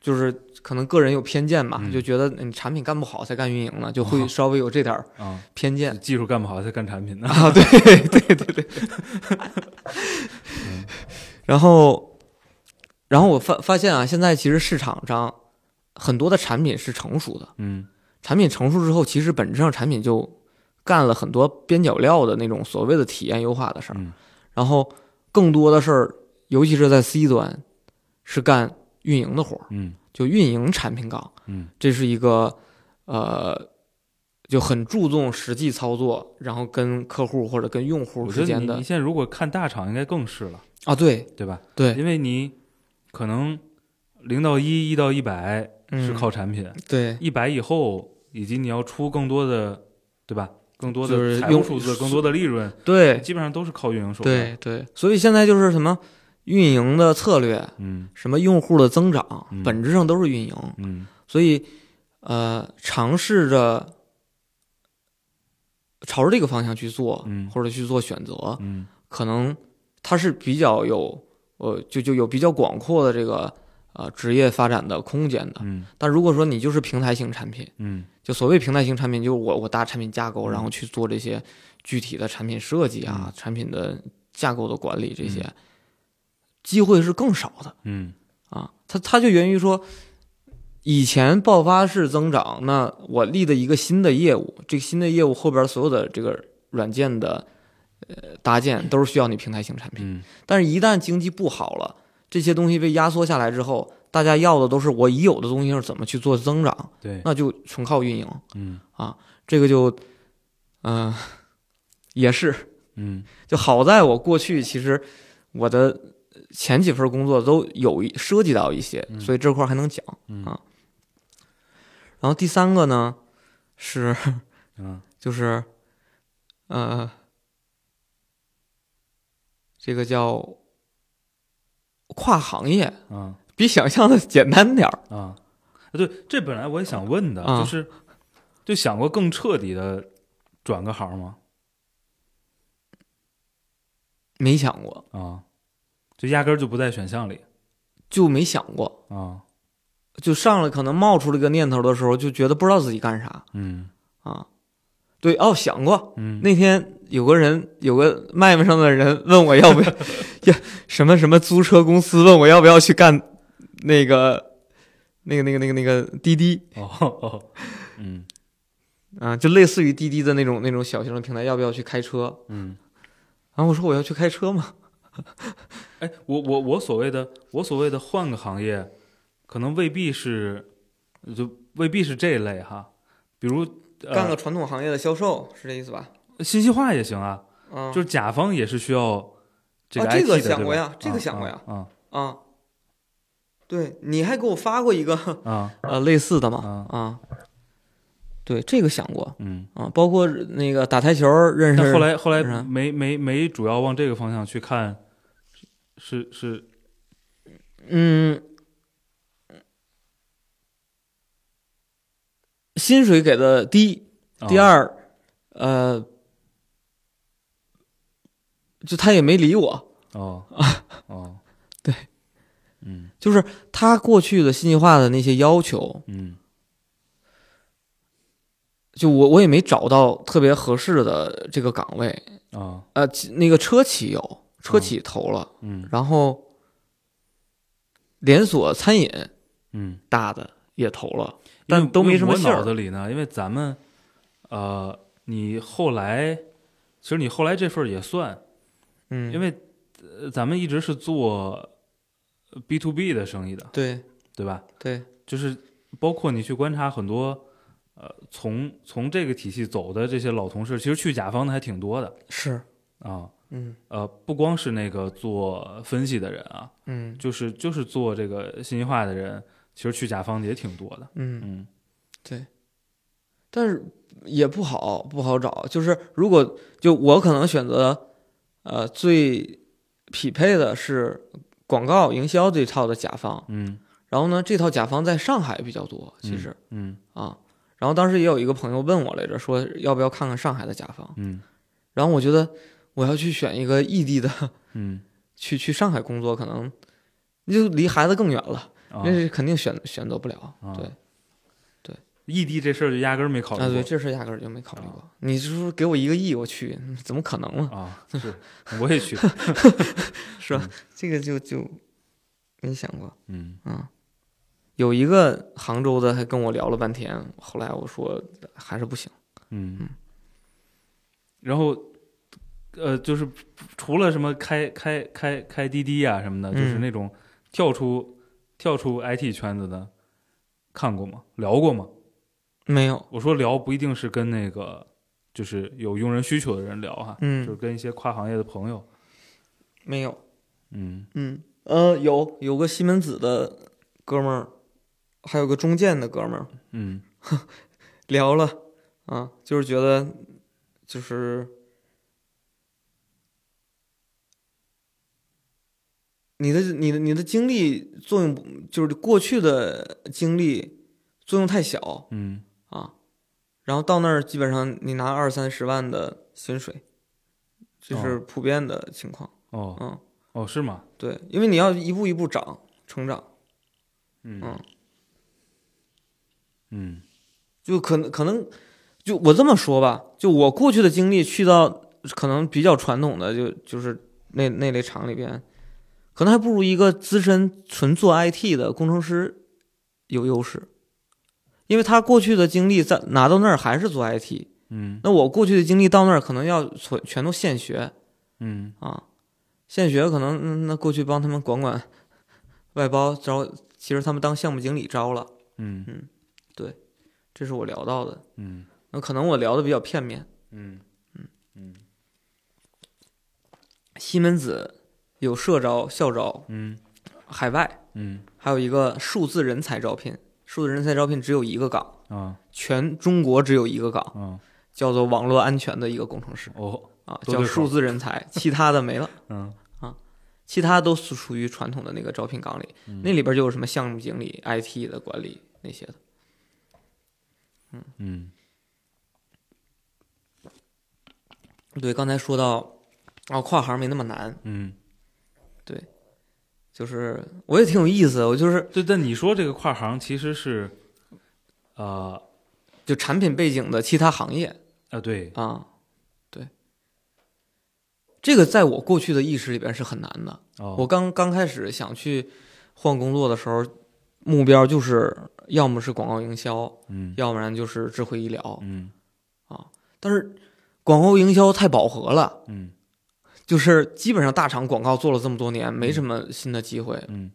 [SPEAKER 3] 就是可能个人有偏见吧，
[SPEAKER 4] 嗯
[SPEAKER 3] 就觉得你产品干不好才干运营呢，就会
[SPEAKER 4] 哦
[SPEAKER 3] 稍微有这点儿
[SPEAKER 4] 啊、
[SPEAKER 3] 偏见。
[SPEAKER 4] 技术干不好才干产品 呢，
[SPEAKER 3] 啊，对对对对。然后，然后我发发现啊，现在其实市场上很多的产品是成熟的，
[SPEAKER 4] 嗯
[SPEAKER 3] 产品成熟之后，其实本质上产品就干了很多边角料的那种所谓的体验优化的事儿，
[SPEAKER 4] 嗯
[SPEAKER 3] 然后更多的事儿，尤其是在 C 端，是干运营的活儿，
[SPEAKER 4] 嗯
[SPEAKER 3] 就运营产品岗。
[SPEAKER 4] 嗯
[SPEAKER 3] 这是一个呃，就很注重实际操作，然后跟客户或者跟用户
[SPEAKER 4] 我
[SPEAKER 3] 之
[SPEAKER 4] 觉得
[SPEAKER 3] 间
[SPEAKER 4] 你
[SPEAKER 3] 的
[SPEAKER 4] 你现在如果看大厂应该更是了，
[SPEAKER 3] 啊，对
[SPEAKER 4] 对吧？
[SPEAKER 3] 对，
[SPEAKER 4] 因为你可能零到一、一到一百
[SPEAKER 3] 嗯
[SPEAKER 4] 是靠产品，
[SPEAKER 3] 对
[SPEAKER 4] 一百以后以及你要出更多的，对吧？更多
[SPEAKER 3] 就是
[SPEAKER 4] 的财务
[SPEAKER 3] 用
[SPEAKER 4] 数字，
[SPEAKER 3] 数
[SPEAKER 4] 更多的利润，
[SPEAKER 3] 对
[SPEAKER 4] 基本上都是靠运营手段。，
[SPEAKER 3] 对对，所以现在就是什么运营的策略，
[SPEAKER 4] 嗯
[SPEAKER 3] 什么用户的增长
[SPEAKER 4] 嗯，
[SPEAKER 3] 本质上都是运营，
[SPEAKER 4] 嗯
[SPEAKER 3] 所以呃，尝试着。朝着这个方向去做
[SPEAKER 4] 嗯，
[SPEAKER 3] 或者去做选择，
[SPEAKER 4] 嗯
[SPEAKER 3] 可能它是比较有呃，就就有比较广阔的这个呃职业发展的空间的。
[SPEAKER 4] 嗯
[SPEAKER 3] 但如果说你就是平台型产品，
[SPEAKER 4] 嗯
[SPEAKER 3] 就所谓平台型产品，就是我我搭产品架构，然后去做这些具体的产品设计啊、产品的架构的管理这些，机会是更少的
[SPEAKER 4] 嗯
[SPEAKER 3] 啊。它它就源于说。以前爆发式增长，那我立的一个新的业务，这个新的业务后边所有的这个软件的呃搭建都是需要你平台型产品。
[SPEAKER 4] 嗯
[SPEAKER 3] 但是，一旦经济不好了，这些东西被压缩下来之后，大家要的都是我已有的东西上怎么去做增长，
[SPEAKER 4] 对，
[SPEAKER 3] 那就纯靠运营。啊
[SPEAKER 4] 嗯
[SPEAKER 3] 这个就，嗯、也是。
[SPEAKER 4] 嗯
[SPEAKER 3] 就好在我过去其实我的前几份工作都有一涉及到一些，所以这块儿还能讲。
[SPEAKER 4] 嗯
[SPEAKER 3] 啊然后第三个呢是
[SPEAKER 4] 嗯
[SPEAKER 3] 就是，呃，这个叫跨行业，
[SPEAKER 4] 啊
[SPEAKER 3] 比想象的简单点儿。
[SPEAKER 4] 啊，对，这本来我也想问的，
[SPEAKER 3] 啊
[SPEAKER 4] 就是就想过更彻底的转个行吗？
[SPEAKER 3] 没想过，
[SPEAKER 4] 啊，就压根儿就不在选项里
[SPEAKER 3] 就没想过，
[SPEAKER 4] 啊。
[SPEAKER 3] 就上来可能冒出了一个念头的时候，就觉得不知道自己干啥
[SPEAKER 4] 嗯
[SPEAKER 3] 啊。对，哦，想过。
[SPEAKER 4] 嗯，
[SPEAKER 3] 那天有个人，有个麦麦上的人问我要不要， 要什么什么租车公司问我要不要去干那个那个那个那个那个滴滴
[SPEAKER 4] 哦哦，嗯
[SPEAKER 3] 啊，就类似于滴滴的那种那种小型的平台，要不要去开车？
[SPEAKER 4] 嗯。
[SPEAKER 3] 然后我说我要去开车嘛，
[SPEAKER 4] 哎，我我我所谓的我所谓的换个行业，可能未必是，就未必是这一类哈。比如、呃、
[SPEAKER 3] 干个传统行业的销售是这意思吧？
[SPEAKER 4] 信息化也行啊，
[SPEAKER 3] 啊，
[SPEAKER 4] 就是甲方也是需要这个
[SPEAKER 3] 啊这
[SPEAKER 4] IT 的、
[SPEAKER 3] 个想过呀
[SPEAKER 4] 对吧
[SPEAKER 3] 这个想过呀
[SPEAKER 4] 啊
[SPEAKER 3] 啊，对，你还给我发过一个
[SPEAKER 4] 啊啊
[SPEAKER 3] 呃类似的嘛
[SPEAKER 4] 啊
[SPEAKER 3] 啊，对，这个想过
[SPEAKER 4] 嗯。
[SPEAKER 3] 啊，包括那个打台球认识，
[SPEAKER 4] 但后来后来
[SPEAKER 3] 是啊
[SPEAKER 4] 没没没主要往这个方向去看，是是
[SPEAKER 3] 嗯，薪水给的低，
[SPEAKER 4] 是
[SPEAKER 3] 第、
[SPEAKER 4] 啊
[SPEAKER 3] 二，呃，就他也没理我，
[SPEAKER 4] 哦 哦
[SPEAKER 3] 对，
[SPEAKER 4] 嗯
[SPEAKER 3] 就是他过去的信息化的那些要求，
[SPEAKER 4] 嗯
[SPEAKER 3] 就我我也没找到特别合适的这个岗位，
[SPEAKER 4] 啊
[SPEAKER 3] 呃，其那个车企有，车企投了，
[SPEAKER 4] 嗯
[SPEAKER 3] 然后连锁餐饮
[SPEAKER 4] 嗯，
[SPEAKER 3] 大的也投了，
[SPEAKER 4] 因为
[SPEAKER 3] 但都没什么
[SPEAKER 4] 因
[SPEAKER 3] 信
[SPEAKER 4] 为我
[SPEAKER 3] 儿
[SPEAKER 4] 脑子里呢，因为咱们呃，你后来其实你后来这份儿也算，
[SPEAKER 3] 嗯，
[SPEAKER 4] 因为、呃、咱们一直是做呃 B to B 的生意的，
[SPEAKER 3] 对
[SPEAKER 4] 对吧？
[SPEAKER 3] 对，
[SPEAKER 4] 就是包括你去观察很多，呃，从从这个体系走的这些老同事，其实去甲方的还挺多的
[SPEAKER 3] 是，
[SPEAKER 4] 啊。
[SPEAKER 3] 嗯
[SPEAKER 4] 呃，不光是那个做分析的人啊，
[SPEAKER 3] 嗯
[SPEAKER 4] 就是就是做这个信息化的人，其实去甲方的也挺多的。
[SPEAKER 3] 嗯，
[SPEAKER 4] 嗯
[SPEAKER 3] 但是也不好不好找，就是如果就我可能选择，呃，最匹配的是广告营销这套的甲方，
[SPEAKER 4] 嗯
[SPEAKER 3] 然后呢，这套甲方在上海比较多，其实、
[SPEAKER 4] 嗯
[SPEAKER 3] 啊。然后当时也有一个朋友问我来着，说要不要看看上海的甲方，
[SPEAKER 4] 嗯
[SPEAKER 3] 然后我觉得我要去选一个异地的，
[SPEAKER 4] 嗯，
[SPEAKER 3] 去去上海工作，可能就离孩子更远了，
[SPEAKER 4] 啊
[SPEAKER 3] 那，是肯定选选择不了。
[SPEAKER 4] 啊
[SPEAKER 3] 对
[SPEAKER 4] 异地，E 这事儿就压根儿没考虑
[SPEAKER 3] 啊，对，
[SPEAKER 4] 过
[SPEAKER 3] 这事压根儿就没考虑过。你是不是给我一个亿，我去，嗯怎么可能嘛？
[SPEAKER 4] 啊，嗯是，我也去，
[SPEAKER 3] 是吧？ 这个就就没想过。
[SPEAKER 4] 嗯
[SPEAKER 3] 有一个杭州的还跟我聊了半天，后来我说还是不行。
[SPEAKER 4] 嗯，然后。呃，就是除了什么开开开开滴滴啊什么的，就是
[SPEAKER 3] 嗯
[SPEAKER 4] 那种跳出跳出 IT 圈子的，看过吗？聊过吗？
[SPEAKER 3] 没有，
[SPEAKER 4] 我说聊不一定是跟那个就是有用人需求的人聊哈，
[SPEAKER 3] 嗯
[SPEAKER 4] 就是跟一些跨行业的朋友，
[SPEAKER 3] 没有，
[SPEAKER 4] 嗯
[SPEAKER 3] 嗯，呃，有有个西门子的哥们儿，还有个中建的哥们儿
[SPEAKER 4] 嗯
[SPEAKER 3] 聊了啊，就是觉得就是你的你的你的精力作用不，就是过去的精力作用太小
[SPEAKER 4] 嗯
[SPEAKER 3] 啊，然后到那儿基本上你拿二三十万的薪水，这是普遍的情况。
[SPEAKER 4] 哦
[SPEAKER 3] 嗯，
[SPEAKER 4] 哦是吗？
[SPEAKER 3] 对，因为你要一步一步长成长。
[SPEAKER 4] 嗯
[SPEAKER 3] 嗯
[SPEAKER 4] 嗯
[SPEAKER 3] 就可能可能，就我这么说吧，就我过去的经历，去到可能比较传统的，就就是那那类厂里边，可能还不如一个资深纯做 IT 的工程师有优势，因为他过去的经历在拿到那儿还是做 IT，
[SPEAKER 4] 嗯
[SPEAKER 3] 那我过去的经历到那儿可能要全全都现学
[SPEAKER 4] 嗯
[SPEAKER 3] 啊，现学可能嗯那过去帮他们管管外包招，其实他们当项目经理招了，
[SPEAKER 4] 嗯
[SPEAKER 3] 这是我聊到的。
[SPEAKER 4] 嗯
[SPEAKER 3] 那可能我聊的比较片面。
[SPEAKER 4] 嗯嗯
[SPEAKER 3] 西门子有社招、校招，
[SPEAKER 4] 嗯
[SPEAKER 3] 海外
[SPEAKER 4] 嗯
[SPEAKER 3] 还有一个数字人才招聘。数字人才招聘只有一个岗，
[SPEAKER 4] 啊
[SPEAKER 3] 全中国只有一个岗，
[SPEAKER 4] 啊
[SPEAKER 3] 叫做网络安全的一个工程师
[SPEAKER 4] 哦
[SPEAKER 3] 啊，
[SPEAKER 4] 多对
[SPEAKER 3] 叫
[SPEAKER 4] 口
[SPEAKER 3] 数字人才，其他的没了，
[SPEAKER 4] 嗯
[SPEAKER 3] 其他都是属于传统的那个招聘岗里，
[SPEAKER 4] 嗯
[SPEAKER 3] 那里边就有什么项目经理、IT 的管理那些的。
[SPEAKER 4] 嗯
[SPEAKER 3] 对，刚才说到，哦，跨行没那么难，
[SPEAKER 4] 嗯，
[SPEAKER 3] 就是我也挺有意思，我就是
[SPEAKER 4] 对。但你说这个跨行其实是，呃
[SPEAKER 3] 就产品背景的其他行业
[SPEAKER 4] 啊，对，
[SPEAKER 3] 啊，对，这个在我过去的意识里边是很难的。
[SPEAKER 4] 哦，
[SPEAKER 3] 我刚刚开始想去换工作的时候，目标就是要么是广告营销，
[SPEAKER 4] 嗯
[SPEAKER 3] 要不然就是智慧医疗。
[SPEAKER 4] 嗯
[SPEAKER 3] 但是广告营销太饱和了，
[SPEAKER 4] 嗯
[SPEAKER 3] 就是基本上大厂广告做了这么多年，没什么新的机会
[SPEAKER 4] 嗯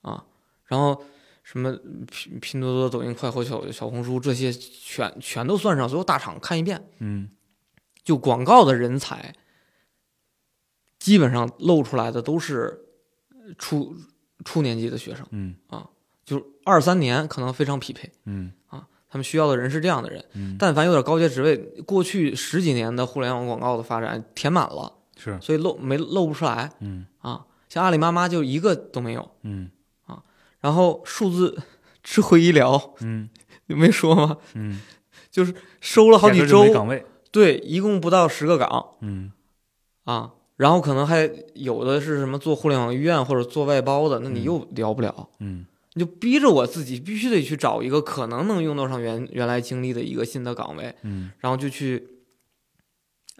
[SPEAKER 3] 啊。然后什么拼拼多多、抖音、快手、小小红书这些全全都算上，所有大厂看一遍，
[SPEAKER 4] 嗯
[SPEAKER 3] 就广告的人才，基本上露出来的都是初初年级的学生。
[SPEAKER 4] 嗯
[SPEAKER 3] 就是二三年可能非常匹配
[SPEAKER 4] 嗯
[SPEAKER 3] 啊。他们需要的人是这样的人，
[SPEAKER 4] 嗯，
[SPEAKER 3] 但凡有点高阶职位，过去十几年的互联网广告的发展填满了，
[SPEAKER 4] 是，
[SPEAKER 3] 所以露没露不出来
[SPEAKER 4] 嗯
[SPEAKER 3] 啊。像阿里妈妈就一个都没有，
[SPEAKER 4] 嗯
[SPEAKER 3] 然后数字智慧医疗
[SPEAKER 4] 嗯
[SPEAKER 3] 有没说吗？
[SPEAKER 4] 嗯，
[SPEAKER 3] 就是收了好
[SPEAKER 4] 压
[SPEAKER 3] 几
[SPEAKER 4] 根就没
[SPEAKER 3] 周，
[SPEAKER 4] 岗位，
[SPEAKER 3] 对，一共不到十个岗
[SPEAKER 4] 嗯
[SPEAKER 3] 啊。然后可能还有的是什么做互联网医院或者做外包的，那你
[SPEAKER 4] 嗯
[SPEAKER 3] 又聊不了，
[SPEAKER 4] 嗯
[SPEAKER 3] 你就逼着我自己必须得去找一个可能能用得上原原来经历的一个新的岗位。
[SPEAKER 4] 嗯
[SPEAKER 3] 然后就去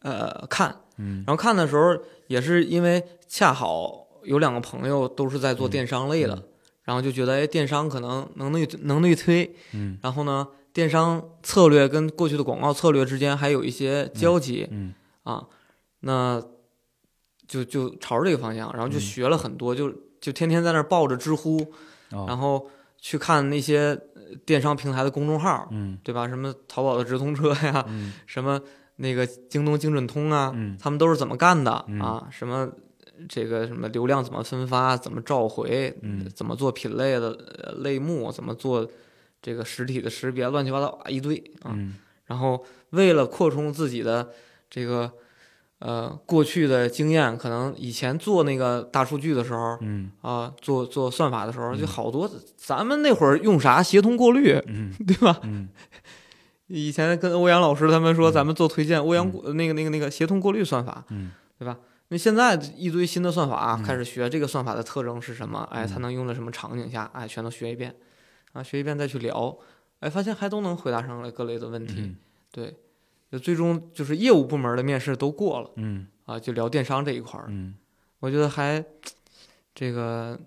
[SPEAKER 3] 呃看，
[SPEAKER 4] 嗯
[SPEAKER 3] 然后看的时候也是因为恰好有两个朋友都是在做电商类的，
[SPEAKER 4] 嗯
[SPEAKER 3] 然后就觉得哎，电商可能能内能内推，
[SPEAKER 4] 嗯
[SPEAKER 3] 然后呢，电商策略跟过去的广告策略之间还有一些交集、
[SPEAKER 4] 嗯
[SPEAKER 3] 啊，那就就朝着这个方向，然后就
[SPEAKER 4] 嗯
[SPEAKER 3] 学了很多，就就天天在那儿抱着知乎，然
[SPEAKER 4] 哦，
[SPEAKER 3] 后去看那些呃电商平台的公众号。
[SPEAKER 4] 嗯
[SPEAKER 3] 对吧？什么淘宝的直通车呀，
[SPEAKER 4] 嗯
[SPEAKER 3] 什么那个京东精准通啊，
[SPEAKER 4] 嗯
[SPEAKER 3] 他们都是怎么干的、
[SPEAKER 4] 嗯
[SPEAKER 3] 啊？什么这个什么流量怎么分发，怎么召回，
[SPEAKER 4] 嗯
[SPEAKER 3] 怎么做品类的呃类目，怎么做这个实体的识别，乱七八糟啊一堆啊。
[SPEAKER 4] 嗯
[SPEAKER 3] 然后为了扩充自己的这个呃过去的经验，可能以前做那个大数据的时候。
[SPEAKER 4] 嗯
[SPEAKER 3] 啊，做做算法的时候就好多，咱们那会儿用啥协同过滤，
[SPEAKER 4] 嗯
[SPEAKER 3] 对吧？
[SPEAKER 4] 嗯
[SPEAKER 3] 以前跟欧阳老师他们说，
[SPEAKER 4] 嗯
[SPEAKER 3] 咱们做推荐，欧阳过那个那个那个协同过滤算法，
[SPEAKER 4] 嗯
[SPEAKER 3] 那现在一堆新的算法啊
[SPEAKER 4] 嗯
[SPEAKER 3] 开始学这个算法的特征是什么，哎，
[SPEAKER 4] 嗯
[SPEAKER 3] 它能用在什么场景下，哎，全都学一遍，啊，学一遍再去聊，哎，发现还都能回答上来各类的问题，
[SPEAKER 4] 嗯
[SPEAKER 3] 对，就最终就是业务部门的面试都过了
[SPEAKER 4] 嗯
[SPEAKER 3] 啊，就聊电商这一块儿，
[SPEAKER 4] 嗯
[SPEAKER 3] 我觉得还这个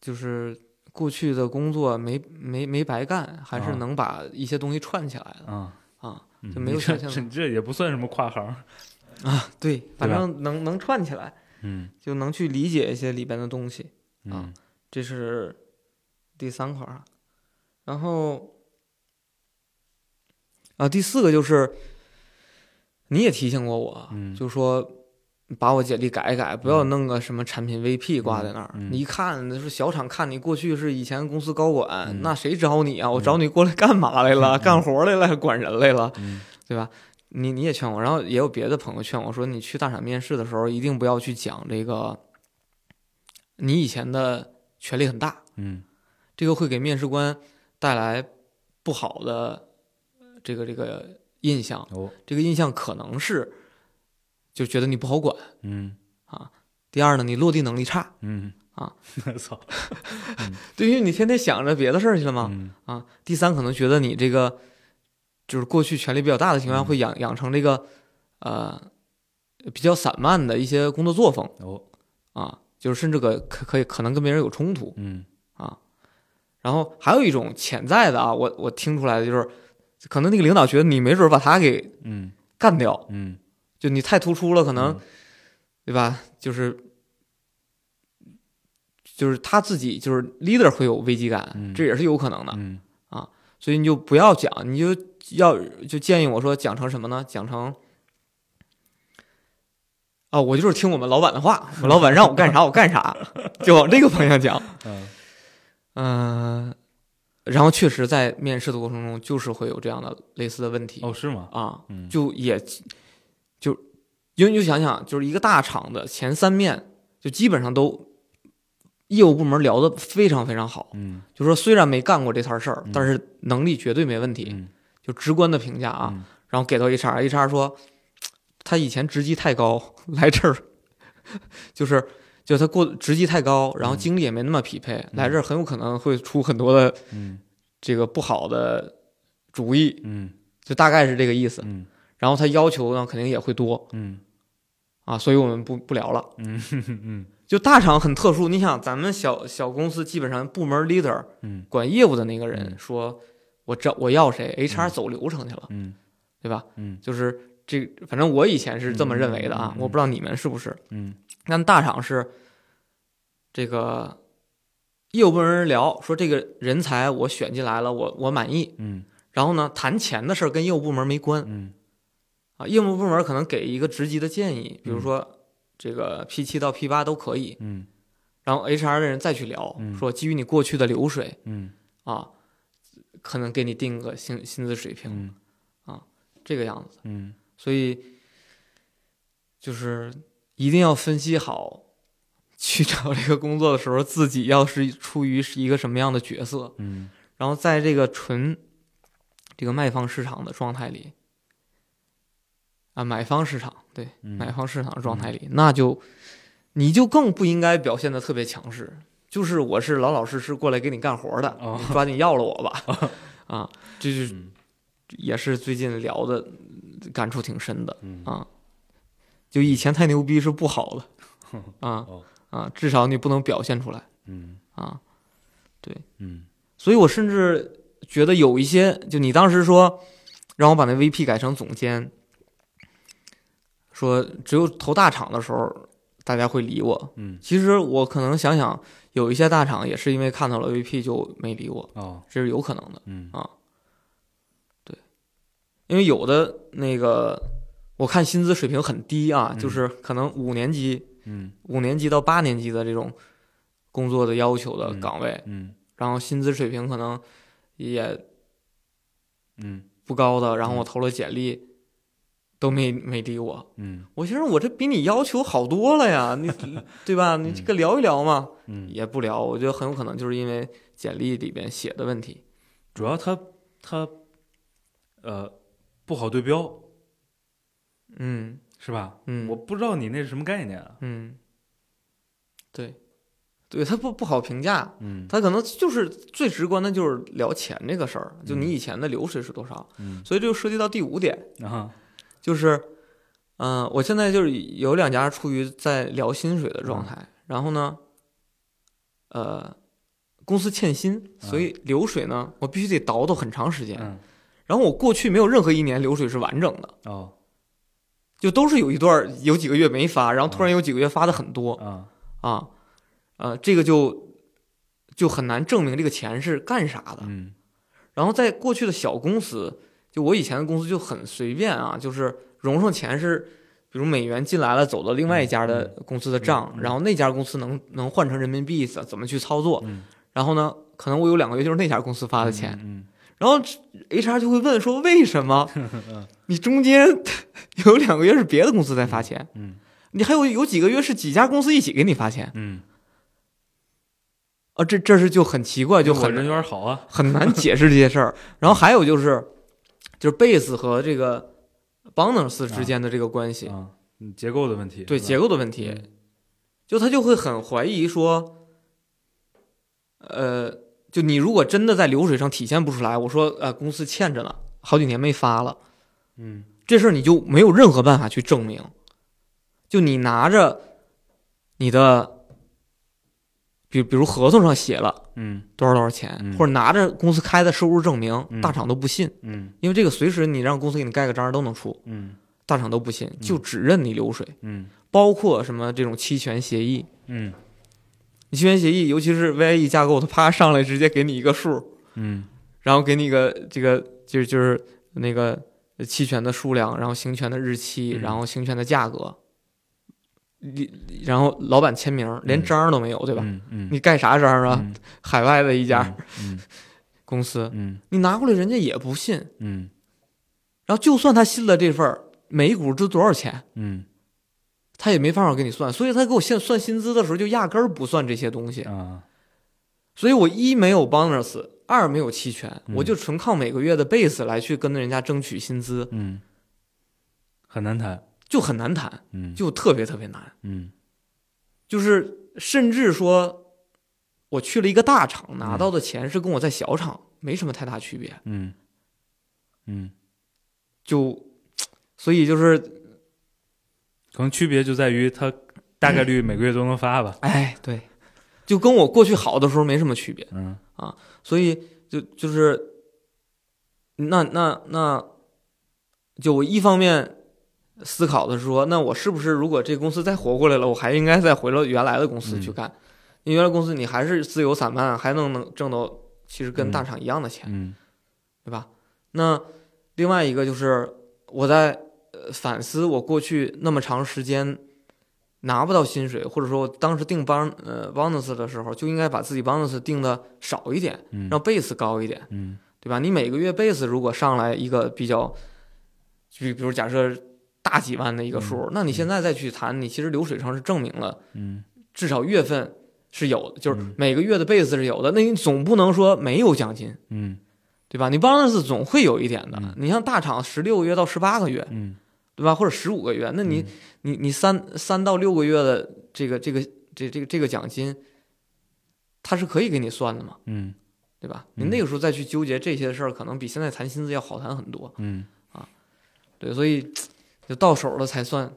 [SPEAKER 3] 就是过去的工作没没没白干，还是
[SPEAKER 4] 啊
[SPEAKER 3] 能把一些东西串起来的
[SPEAKER 4] 啊。
[SPEAKER 3] 啊
[SPEAKER 4] 嗯
[SPEAKER 3] 就没有
[SPEAKER 4] 你这
[SPEAKER 3] 想象
[SPEAKER 4] 这这也不算什么跨行，
[SPEAKER 3] 啊，对，反
[SPEAKER 4] 吧
[SPEAKER 3] 正能能串起来，
[SPEAKER 4] 嗯
[SPEAKER 3] 就能去理解一些里边的东西。啊
[SPEAKER 4] 嗯
[SPEAKER 3] 这是第三块儿啊，然后啊，第四个就是你也提醒过我，
[SPEAKER 4] 嗯
[SPEAKER 3] 就说把我简历改一改，不要弄个什么产品 VP 挂在那儿。
[SPEAKER 4] 嗯嗯
[SPEAKER 3] 你一看，那是小厂看你过去是以前公司高管，
[SPEAKER 4] 嗯
[SPEAKER 3] 那谁找你啊？我找你过来干嘛来了？干活来了，管人来了。
[SPEAKER 4] 嗯
[SPEAKER 3] 对吧？你你也劝我，然后也有别的朋友劝我说，你去大厂面试的时候，一定不要去讲这个，你以前的权力很大，
[SPEAKER 4] 嗯
[SPEAKER 3] 这个会给面试官带来不好的呃这个这个印象，
[SPEAKER 4] 哦
[SPEAKER 3] 这个印象可能是就觉得你不好管
[SPEAKER 4] 嗯
[SPEAKER 3] 啊。第二呢，你落地能力差，
[SPEAKER 4] 嗯
[SPEAKER 3] 啊，
[SPEAKER 4] 操
[SPEAKER 3] 对，因为你天天想着别的事儿去了嘛、
[SPEAKER 4] 嗯
[SPEAKER 3] 啊。第三，可能觉得你这个就是过去权力比较大的情况下，
[SPEAKER 4] 嗯
[SPEAKER 3] 会养养成这个呃比较散漫的一些工作作风
[SPEAKER 4] 哦
[SPEAKER 3] 啊，就是甚至可可可以可能跟别人有冲突
[SPEAKER 4] 嗯
[SPEAKER 3] 啊。然后还有一种潜在的啊，我我听出来的就是，可能那个领导觉得你没准把他给
[SPEAKER 4] 嗯
[SPEAKER 3] 干掉，
[SPEAKER 4] 嗯，
[SPEAKER 3] 就你太突出了，可
[SPEAKER 4] 可
[SPEAKER 3] 能、对吧？就是就是他自己就是 leader 会有危机感，
[SPEAKER 4] 嗯
[SPEAKER 3] 这也是有可能的。
[SPEAKER 4] 嗯
[SPEAKER 3] 所以你就不要讲，你就要就建议我说讲成什么呢？讲成啊、我就是听我们老板的话，我老板让我干啥我干 啥，就往这个方向讲。
[SPEAKER 4] 嗯
[SPEAKER 3] 嗯、然后确实在面试的过程中，就是会有这样的类似的问题、
[SPEAKER 4] 哦是吗？
[SPEAKER 3] 啊，
[SPEAKER 4] 嗯
[SPEAKER 3] 就也就因为你就想想，就是一个大厂的前三面，就基本上都业务部门聊得非常非常好，
[SPEAKER 4] 嗯
[SPEAKER 3] 就说虽然没干过这摊事儿
[SPEAKER 4] 嗯，
[SPEAKER 3] 但是能力绝对没问题。
[SPEAKER 4] 嗯
[SPEAKER 3] 就直观的评价啊。
[SPEAKER 4] 嗯
[SPEAKER 3] 然后给到 HR，HR 说他以前职级太高，来这儿就是就他过职级太高，然后
[SPEAKER 4] 嗯
[SPEAKER 3] 经历也没那么匹配，来这儿很有可能会出很多的
[SPEAKER 4] 嗯
[SPEAKER 3] 这个不好的主意，
[SPEAKER 4] 嗯
[SPEAKER 3] 就大概是这个意思。
[SPEAKER 4] 嗯
[SPEAKER 3] 然后他要求呢肯定也会多
[SPEAKER 4] 嗯
[SPEAKER 3] 啊，所以我们不不聊了。
[SPEAKER 4] 嗯嗯
[SPEAKER 3] 就大厂很特殊，你想咱们小小公司基本上部门 leader
[SPEAKER 4] 嗯
[SPEAKER 3] 管业务的那个人
[SPEAKER 4] 嗯
[SPEAKER 3] 说，我找我要谁，HR
[SPEAKER 4] 嗯
[SPEAKER 3] 走流程去了，
[SPEAKER 4] 嗯
[SPEAKER 3] 对吧？
[SPEAKER 4] 嗯
[SPEAKER 3] 就是这，反正我以前是这么认为的啊，
[SPEAKER 4] 嗯嗯嗯嗯
[SPEAKER 3] 我不知道你们是不是。
[SPEAKER 4] 嗯
[SPEAKER 3] 但大厂是这个业务部门人聊，说这个人才我选进来了，我我满意。
[SPEAKER 4] 嗯
[SPEAKER 3] 然后呢，谈钱的事儿跟业务部门没关
[SPEAKER 4] 嗯
[SPEAKER 3] 啊，业务部门可能给一个职级的建议，比如说这个 P 七到 P 八都可以。
[SPEAKER 4] 嗯
[SPEAKER 3] 然后 HR 的人再去聊，
[SPEAKER 4] 嗯
[SPEAKER 3] 说基于你过去的流水
[SPEAKER 4] 嗯
[SPEAKER 3] 啊，可能给你定个薪薪资水平、
[SPEAKER 4] 嗯
[SPEAKER 3] 这个样子。
[SPEAKER 4] 嗯
[SPEAKER 3] 所以就是一定要分析好，去找这个工作的时候，自己要是处于是一个什么样的角色，
[SPEAKER 4] 嗯
[SPEAKER 3] 然后在这个纯这个卖方市场的状态里，啊，买方市场对
[SPEAKER 4] 嗯，
[SPEAKER 3] 买方市场的状态里，那就你就更不应该表现的特别强势。就是我是老老实实过来给你干活的，
[SPEAKER 4] 哦
[SPEAKER 3] 你抓紧要了我吧，啊，这就是
[SPEAKER 4] 嗯
[SPEAKER 3] 也是最近聊的感触挺深的。
[SPEAKER 4] 嗯
[SPEAKER 3] 啊，就以前太牛逼是不好 的啊
[SPEAKER 4] 哦
[SPEAKER 3] 啊，至少你不能表现出来
[SPEAKER 4] 嗯
[SPEAKER 3] 啊。
[SPEAKER 4] 嗯
[SPEAKER 3] 所以我甚至觉得有一些，就你当时说让我把那 VP 改成总监，说只有投大厂的时候大家会理我。
[SPEAKER 4] 嗯
[SPEAKER 3] 其实我可能想想，有一些大厂也是因为看到了 VP 就没理我，
[SPEAKER 4] 哦
[SPEAKER 3] 这是有可能的。
[SPEAKER 4] 嗯
[SPEAKER 3] 因为有的那个我看薪资水平很低啊，
[SPEAKER 4] 嗯
[SPEAKER 3] 就是可能五年级
[SPEAKER 4] 嗯
[SPEAKER 3] 五年级到八年级的这种工作的要求的岗位，
[SPEAKER 4] 嗯
[SPEAKER 3] 然后薪资水平可能也
[SPEAKER 4] 嗯
[SPEAKER 3] 不高的，然后我投了简历都没没理我。
[SPEAKER 4] 嗯
[SPEAKER 3] 我寻思我这比你要求好多了 呀，你对吧？你这个聊一聊嘛，
[SPEAKER 4] 嗯，
[SPEAKER 3] 也不聊。我觉得很有可能就是因为简历里边写的问题。
[SPEAKER 4] 主要他他呃不好对标
[SPEAKER 3] 嗯
[SPEAKER 4] 是吧？
[SPEAKER 3] 嗯，
[SPEAKER 4] 我不知道你那是什么概念啊？
[SPEAKER 3] 嗯，对，对他不不好评价。
[SPEAKER 4] 嗯
[SPEAKER 3] 他可能就是最直观的，就是聊钱这个事儿，就你
[SPEAKER 4] 嗯
[SPEAKER 3] 以前的流水是多少，
[SPEAKER 4] 嗯
[SPEAKER 3] 所以这就涉及到第五点，
[SPEAKER 4] 啊
[SPEAKER 3] 就是，嗯、我现在就是有两家处于在聊薪水的
[SPEAKER 4] 嗯
[SPEAKER 3] 状态，然后呢，呃，公司欠薪，所以流水呢，我必须得倒腾很长时间。
[SPEAKER 4] 嗯
[SPEAKER 3] 然后我过去没有任何一年流水是完整的，
[SPEAKER 4] 哦
[SPEAKER 3] 就都是有一段儿有几个月没发，然后突
[SPEAKER 4] 嗯
[SPEAKER 3] 然有几个月发的很多
[SPEAKER 4] 啊
[SPEAKER 3] 啊，呃，这个就就很难证明这个钱是干啥的。
[SPEAKER 4] 嗯
[SPEAKER 3] 然后在过去的小公司，就我以前的公司就很随便啊，就是融上钱是，比如美元进来了，走到另外一家的公司的账，
[SPEAKER 4] 嗯嗯
[SPEAKER 3] 然后那家公司能能换成人民币怎怎么去操作？
[SPEAKER 4] 嗯
[SPEAKER 3] 然后呢，可能我有两个月就是那家公司发的钱，
[SPEAKER 4] 嗯
[SPEAKER 3] 然后 HR 就会问说为什 么
[SPEAKER 4] 嗯
[SPEAKER 3] 你中间有两个月是别的公司在发钱，
[SPEAKER 4] 嗯
[SPEAKER 3] 你还有有几个月是几家公司一起给你发钱
[SPEAKER 4] 嗯，
[SPEAKER 3] 啊？这这是就很奇怪，就
[SPEAKER 4] 我
[SPEAKER 3] 很
[SPEAKER 4] 人缘好啊。
[SPEAKER 3] 很难解释这些事儿。然后还有就是，就是 base 和这个 bonus 之间的这个关系，
[SPEAKER 4] 啊，嗯结构的问题，
[SPEAKER 3] 对结
[SPEAKER 4] 构
[SPEAKER 3] 构的问题，就他就会很怀疑说，呃，就你如果真的在流水上体现不出来，我说呃公司欠着呢，好几年没发了，
[SPEAKER 4] 嗯
[SPEAKER 3] 这事儿你就没有任何办法去证明。就你拿着你的，比比如合同上写了。
[SPEAKER 4] 嗯
[SPEAKER 3] 多少多少钱，
[SPEAKER 4] 嗯
[SPEAKER 3] 或者拿着公司开的收入证明，
[SPEAKER 4] 嗯
[SPEAKER 3] 大厂都不信，
[SPEAKER 4] 嗯
[SPEAKER 3] 因为这个随时你让公司给你盖个章都能出，
[SPEAKER 4] 嗯
[SPEAKER 3] 大厂都不信，就只认你流水，
[SPEAKER 4] 嗯
[SPEAKER 3] 包括什么这种期权协议，
[SPEAKER 4] 嗯
[SPEAKER 3] 你期权协议尤其是 VIE 架构，它啪上来直接给你一个数，
[SPEAKER 4] 嗯
[SPEAKER 3] 然后给你一个这个就是就是那个期权的数量，然后行权的日期，
[SPEAKER 4] 嗯
[SPEAKER 3] 然后行权的价格，你然后老板签名，连章都没有，对吧？
[SPEAKER 4] 嗯嗯，
[SPEAKER 3] 你盖啥章啊？
[SPEAKER 4] 嗯
[SPEAKER 3] 海外的一家
[SPEAKER 4] 嗯
[SPEAKER 3] 公司，
[SPEAKER 4] 嗯
[SPEAKER 3] 你拿过来人家也不信。
[SPEAKER 4] 嗯
[SPEAKER 3] 然后就算他信了这份儿每股值多少钱，
[SPEAKER 4] 嗯
[SPEAKER 3] 他也没办法给你算，所以他给我现算薪资的时候就压根儿不算这些东西
[SPEAKER 4] 嗯，啊
[SPEAKER 3] 所以我一没有 bonus，二没有期权，
[SPEAKER 4] 嗯
[SPEAKER 3] 我就纯靠每个月的 base 来去跟人家争取薪资，
[SPEAKER 4] 嗯，很难谈，
[SPEAKER 3] 就很难谈，
[SPEAKER 4] 嗯，
[SPEAKER 3] 就特别特别难。
[SPEAKER 4] 嗯
[SPEAKER 3] 就是甚至说，我去了一个大厂，拿到的钱是跟我在小厂没什么太大区别，
[SPEAKER 4] 嗯嗯，
[SPEAKER 3] 就所以就是，
[SPEAKER 4] 可能区别就在于他大概率每个月都能发吧，
[SPEAKER 3] 哎，对，就跟我过去好的时候没什么区别。
[SPEAKER 4] 嗯
[SPEAKER 3] 所以就就是，那那那，就我一方面思考的是说，那我是不是如果这公司再活过来了，我还应该再回到原来的公司去干？因为原来公司你还是自由散漫，还能能挣到其实跟大厂一样的钱，
[SPEAKER 4] 嗯
[SPEAKER 3] 对吧？那另外一个就是我在呃反思我过去那么长时间。拿不到薪水，或者说我当时定 bon 呃 bonus 的时候，就应该把自己 bonus 定的少一点，
[SPEAKER 4] 嗯
[SPEAKER 3] 让 base 高一点，
[SPEAKER 4] 嗯
[SPEAKER 3] 对吧？你每个月 base 如果上来一个比较，就比如假设大几万的一个数，那你现在再去谈，你其实流水上是证明了，
[SPEAKER 4] 嗯
[SPEAKER 3] 至少月份是有的，就是
[SPEAKER 4] 嗯
[SPEAKER 3] 每个月的 base 是有的。那你总不能说没有奖金，
[SPEAKER 4] 嗯
[SPEAKER 3] 对吧？你 bonus 总会有一点的
[SPEAKER 4] 嗯。
[SPEAKER 3] 你像大厂十六个月到十八个月，
[SPEAKER 4] 嗯，
[SPEAKER 3] 对吧？或者十五个月，那你、你你三三到六个月的这个这个这这个这个奖金，它是可以给你算的嘛？
[SPEAKER 4] 嗯
[SPEAKER 3] 对吧？你
[SPEAKER 4] 嗯
[SPEAKER 3] 那个时候再去纠结这些事儿，可能比现在谈薪资要好谈很多。
[SPEAKER 4] 嗯
[SPEAKER 3] 对，所以就到手了才算，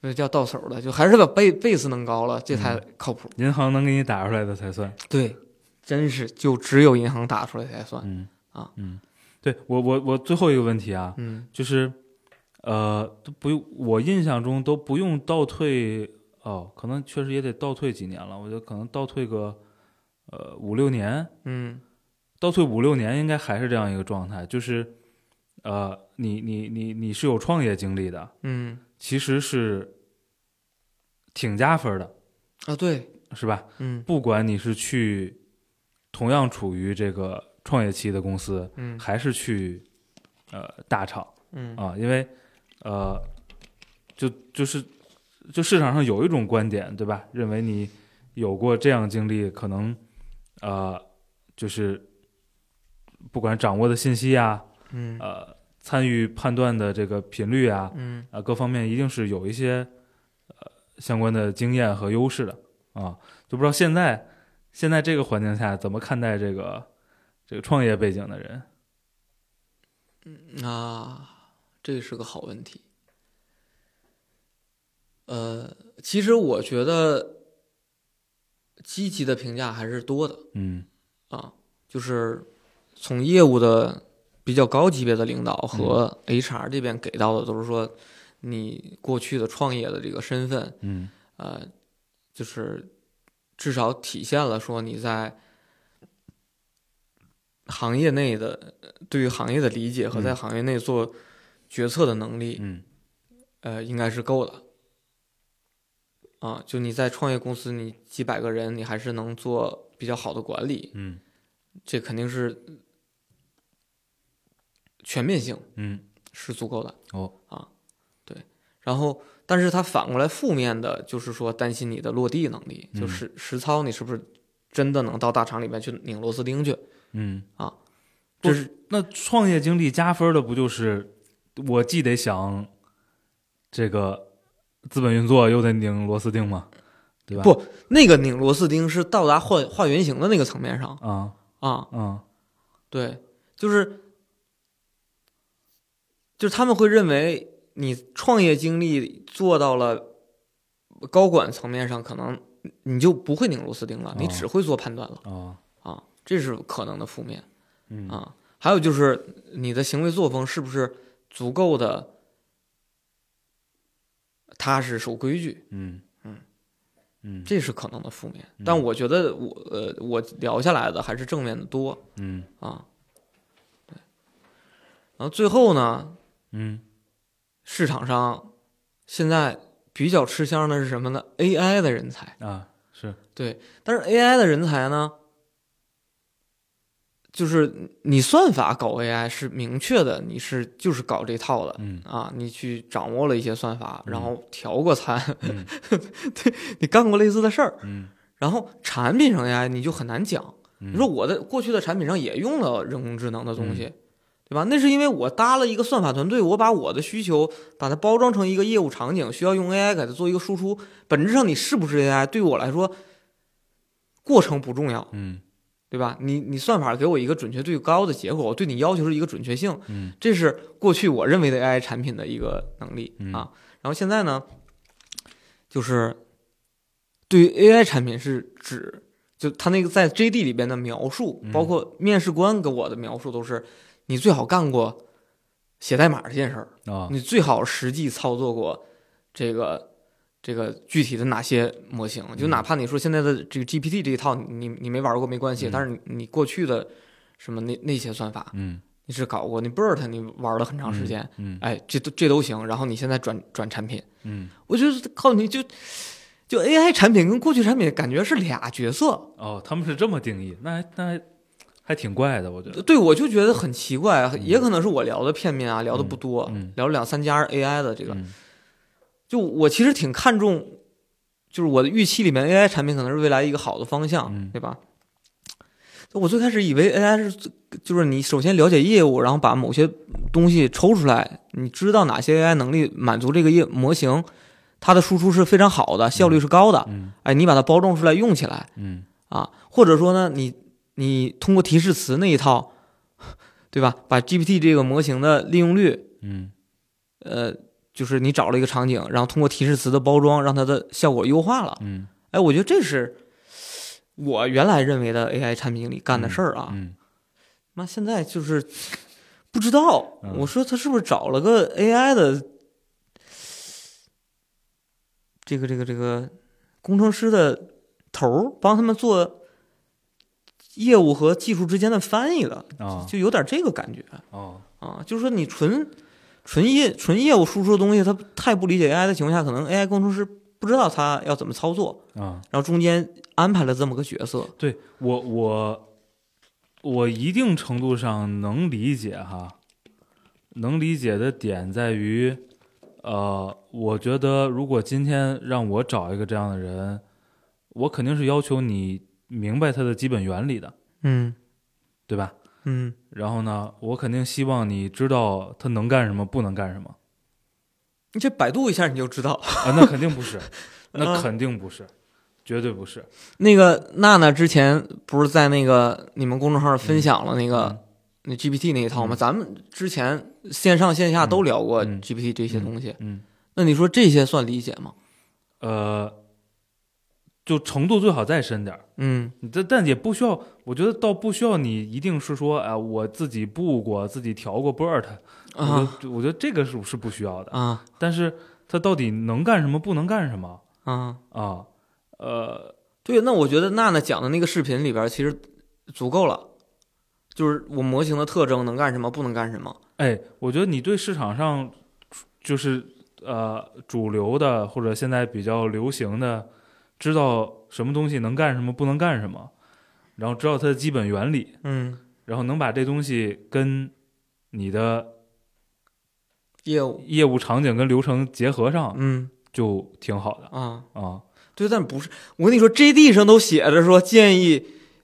[SPEAKER 3] 不是叫到手了，就还是把贝贝斯弄高了，这才靠谱。
[SPEAKER 4] 银行能给你打出来的才算。
[SPEAKER 3] 对，真是就只有银行打出来才算。
[SPEAKER 4] 嗯
[SPEAKER 3] 啊，
[SPEAKER 4] 嗯，对我我我最后一个问题啊，
[SPEAKER 3] 嗯
[SPEAKER 4] 就是呃，都不用，我印象中都不用倒退哦，可能确实也得倒退几年了，我觉得可能倒退个呃五六年，
[SPEAKER 3] 嗯
[SPEAKER 4] 倒退五六年应该还是这样一个状态，就是呃，你你你你是有创业经历的，
[SPEAKER 3] 嗯
[SPEAKER 4] 其实是挺加分的，
[SPEAKER 3] 啊，对，
[SPEAKER 4] 是吧？
[SPEAKER 3] 嗯
[SPEAKER 4] 不管你是去同样处于这个创业期的公司，
[SPEAKER 3] 嗯
[SPEAKER 4] 还是去呃大厂
[SPEAKER 3] 嗯
[SPEAKER 4] 啊，因为呃，就就是就市场上有一种观点，对吧？认为你有过这样的经历，可能呃，就是不管掌握的信息啊，
[SPEAKER 3] 嗯
[SPEAKER 4] 呃，参与判断的这个频率啊，
[SPEAKER 3] 嗯
[SPEAKER 4] 啊，各方面一定是有一些呃相关的经验和优势的啊。就不知道现在现在这个环境下怎么看待这个这个创业背景的人？
[SPEAKER 3] 啊，这是个好问题。呃，其实我觉得积极的评价还是多的。
[SPEAKER 4] 嗯
[SPEAKER 3] 啊，就是从业务的比较高级别的领导和
[SPEAKER 4] 嗯
[SPEAKER 3] HR 这边给到的都是说，你过去的创业的这个身份，
[SPEAKER 4] 嗯
[SPEAKER 3] 呃，就是至少体现了说你在行业内的对于行业的理解和在
[SPEAKER 4] 嗯
[SPEAKER 3] 行业内做决策的能力，
[SPEAKER 4] 嗯
[SPEAKER 3] 呃，应该是够的。啊，就你在创业公司，你几百个人，你还是能做比较好的管理，
[SPEAKER 4] 嗯
[SPEAKER 3] 这肯定是全面性
[SPEAKER 4] 嗯
[SPEAKER 3] 是足够的。
[SPEAKER 4] 哦
[SPEAKER 3] 啊，对。然后，但是它反过来负面的就是说担心你的落地能力，就
[SPEAKER 4] 嗯
[SPEAKER 3] 实实操你是不是真的能到大厂里面去拧螺丝钉去？
[SPEAKER 4] 嗯
[SPEAKER 3] 啊，
[SPEAKER 4] 不
[SPEAKER 3] 这
[SPEAKER 4] 是那创业经历加分的不就是我既得想这个资本运作，又得拧螺丝钉吗？对吧？
[SPEAKER 3] 不那个拧螺丝钉是到达画画原型的那个层面上
[SPEAKER 4] 啊
[SPEAKER 3] 啊，
[SPEAKER 4] 啊
[SPEAKER 3] 对，就是就是他们会认为你创业经历做到了高管层面上，可能你就不会拧螺丝钉了，你
[SPEAKER 4] 哦
[SPEAKER 3] 只会做判断了
[SPEAKER 4] 啊
[SPEAKER 3] 啊，这是可能的负面
[SPEAKER 4] 嗯
[SPEAKER 3] 啊。还有就是你的行为作风是不是足够的踏实守规矩，
[SPEAKER 4] 嗯
[SPEAKER 3] 嗯
[SPEAKER 4] 嗯
[SPEAKER 3] 这是可能的负面
[SPEAKER 4] 嗯。
[SPEAKER 3] 但我觉得我呃我聊下来的还是正面的多
[SPEAKER 4] 嗯
[SPEAKER 3] 啊。对，然后最后呢，
[SPEAKER 4] 嗯
[SPEAKER 3] 市场上现在比较吃香的是什么呢？AI 的人才。
[SPEAKER 4] 啊是
[SPEAKER 3] 对，但是 AI 的人才呢，就是你算法搞 AI 是明确的，你是就是搞这套的。
[SPEAKER 4] 嗯
[SPEAKER 3] 啊，你去掌握了一些算法，
[SPEAKER 4] 嗯
[SPEAKER 3] 然后调过参，
[SPEAKER 4] 嗯
[SPEAKER 3] 你干过类似的事儿，
[SPEAKER 4] 嗯
[SPEAKER 3] 然后产品上 AI 你就很难讲，
[SPEAKER 4] 嗯
[SPEAKER 3] 你说我的过去的产品上也用了人工智能的东西，对吧？那是因为我搭了一个算法团队，我把我的需求把它包装成一个业务场景，需要用 AI 给它做一个输出。本质上你是不是 AI，对我来说，过程不重要，
[SPEAKER 4] 嗯
[SPEAKER 3] 对吧？你你算法给我一个准确度高的结果，我对你要求是一个准确性，
[SPEAKER 4] 嗯
[SPEAKER 3] 这是过去我认为的 AI 产品的一个能力
[SPEAKER 4] 嗯
[SPEAKER 3] 啊。然后现在呢，就是对于 AI 产品是指，就他那个在 JD 里边的描述，
[SPEAKER 4] 嗯
[SPEAKER 3] 包括面试官给我的描述都是，你最好干过写代码这件事儿，
[SPEAKER 4] 啊
[SPEAKER 3] 你最好实际操作过这个。这个具体的哪些模型，就
[SPEAKER 4] 嗯
[SPEAKER 3] 哪怕你说现在的这个 GPT 这一套你你没玩过没关系，
[SPEAKER 4] 嗯
[SPEAKER 3] 但是你你过去的什么那那些算法，
[SPEAKER 4] 嗯
[SPEAKER 3] 你是搞过，你 BERT 你玩了很长时间，
[SPEAKER 4] 嗯
[SPEAKER 3] 哎，这都这都行。然后你现在转转产品，
[SPEAKER 4] 嗯
[SPEAKER 3] 我觉得靠你就就 AI 产品跟过去产品感觉是俩角色，
[SPEAKER 4] 哦，他们是这么定义，那还那还还挺怪的，我觉得。
[SPEAKER 3] 对我就觉得很奇怪，也可能是我聊的片面啊，聊的不多，
[SPEAKER 4] 嗯
[SPEAKER 3] 聊了两三家 AI 的这个，
[SPEAKER 4] 嗯
[SPEAKER 3] 就我其实挺看重，就是我的预期里面 AI 产品可能是未来一个好的方向，
[SPEAKER 4] 嗯
[SPEAKER 3] 对吧？我最开始以为 AI 是最就是你首先了解业务，然后把某些东西抽出来，你知道哪些 AI 能力满足这个业模型，它的输出是非常好的，效率是高的，
[SPEAKER 4] 嗯
[SPEAKER 3] 哎，你把它包装出来用起来
[SPEAKER 4] 嗯
[SPEAKER 3] 啊，或者说呢，你你通过提示词那一套， 对吧？把 GPT 这个模型的利用率
[SPEAKER 4] 嗯
[SPEAKER 3] 呃，就是你找了一个场景，然后通过提示词的包装，让它的效果优化了。
[SPEAKER 4] 嗯
[SPEAKER 3] 哎，我觉得这是我原来认为的 AI 产品经理干的事儿啊。
[SPEAKER 4] 嗯
[SPEAKER 3] 妈、现在就是不知道，
[SPEAKER 4] 嗯
[SPEAKER 3] 我说他是不是找了个 AI 的这个这个这个工程师的头儿，帮他们做业务和技术之间的翻译了，
[SPEAKER 4] 啊
[SPEAKER 3] 就有点这个感觉。
[SPEAKER 4] 哦
[SPEAKER 3] 啊，就是说你纯纯业纯业务输出的东西，他太不理解 AI 的情况下，可能 AI 工程师不知道他要怎么操作，
[SPEAKER 4] 啊，
[SPEAKER 3] 然后中间安排了这么个角色。
[SPEAKER 4] 对我我我一定程度上能理解哈，能理解的点在于，呃，我觉得如果今天让我找一个这样的人，我肯定是要求你明白它的基本原理的，
[SPEAKER 3] 嗯
[SPEAKER 4] 对吧？
[SPEAKER 3] 嗯
[SPEAKER 4] 然后呢，我肯定希望你知道它能干什么，不能干什么
[SPEAKER 3] 你这百度一下你就知道。
[SPEAKER 4] 啊？那肯定不是，那
[SPEAKER 3] 啊
[SPEAKER 4] 肯定不是，绝对不是。
[SPEAKER 3] 那个娜娜之前不是在那个你们公众号上分享了那个、
[SPEAKER 4] 嗯
[SPEAKER 3] 那 GPT 那一套吗？咱们之前线上线下都聊过
[SPEAKER 4] 嗯嗯
[SPEAKER 3] GPT 这些东西，
[SPEAKER 4] 嗯，
[SPEAKER 3] 那你说这些算理解吗？
[SPEAKER 4] 呃，就程度最好再深点儿。
[SPEAKER 3] 嗯
[SPEAKER 4] 你这但也不需要，我觉得倒不需要你一定是说，啊，我自己布过，自己调过 BERT，我
[SPEAKER 3] 啊
[SPEAKER 4] 觉得我觉得这个是是不需要的。
[SPEAKER 3] 啊
[SPEAKER 4] 但是它到底能干什么，不能干什么
[SPEAKER 3] 啊！
[SPEAKER 4] 啊？呃，
[SPEAKER 3] 对，那我觉得娜娜讲的那个视频里边儿其实足够了，就是我模型的特征能干什么，不能干什么。
[SPEAKER 4] 哎，我觉得你对市场上就是呃主流的或者现在比较流行的，知道什么东西能干什么，不能干什么，然后知道它的基本原理，
[SPEAKER 3] 嗯，
[SPEAKER 4] 然后能把这东西跟你的
[SPEAKER 3] 业务，
[SPEAKER 4] 业务场景跟流程结合上，
[SPEAKER 3] 嗯
[SPEAKER 4] 就挺好的
[SPEAKER 3] 啊，
[SPEAKER 4] 啊。
[SPEAKER 3] 对，但不是，我跟你说，JD 上都写着说建议，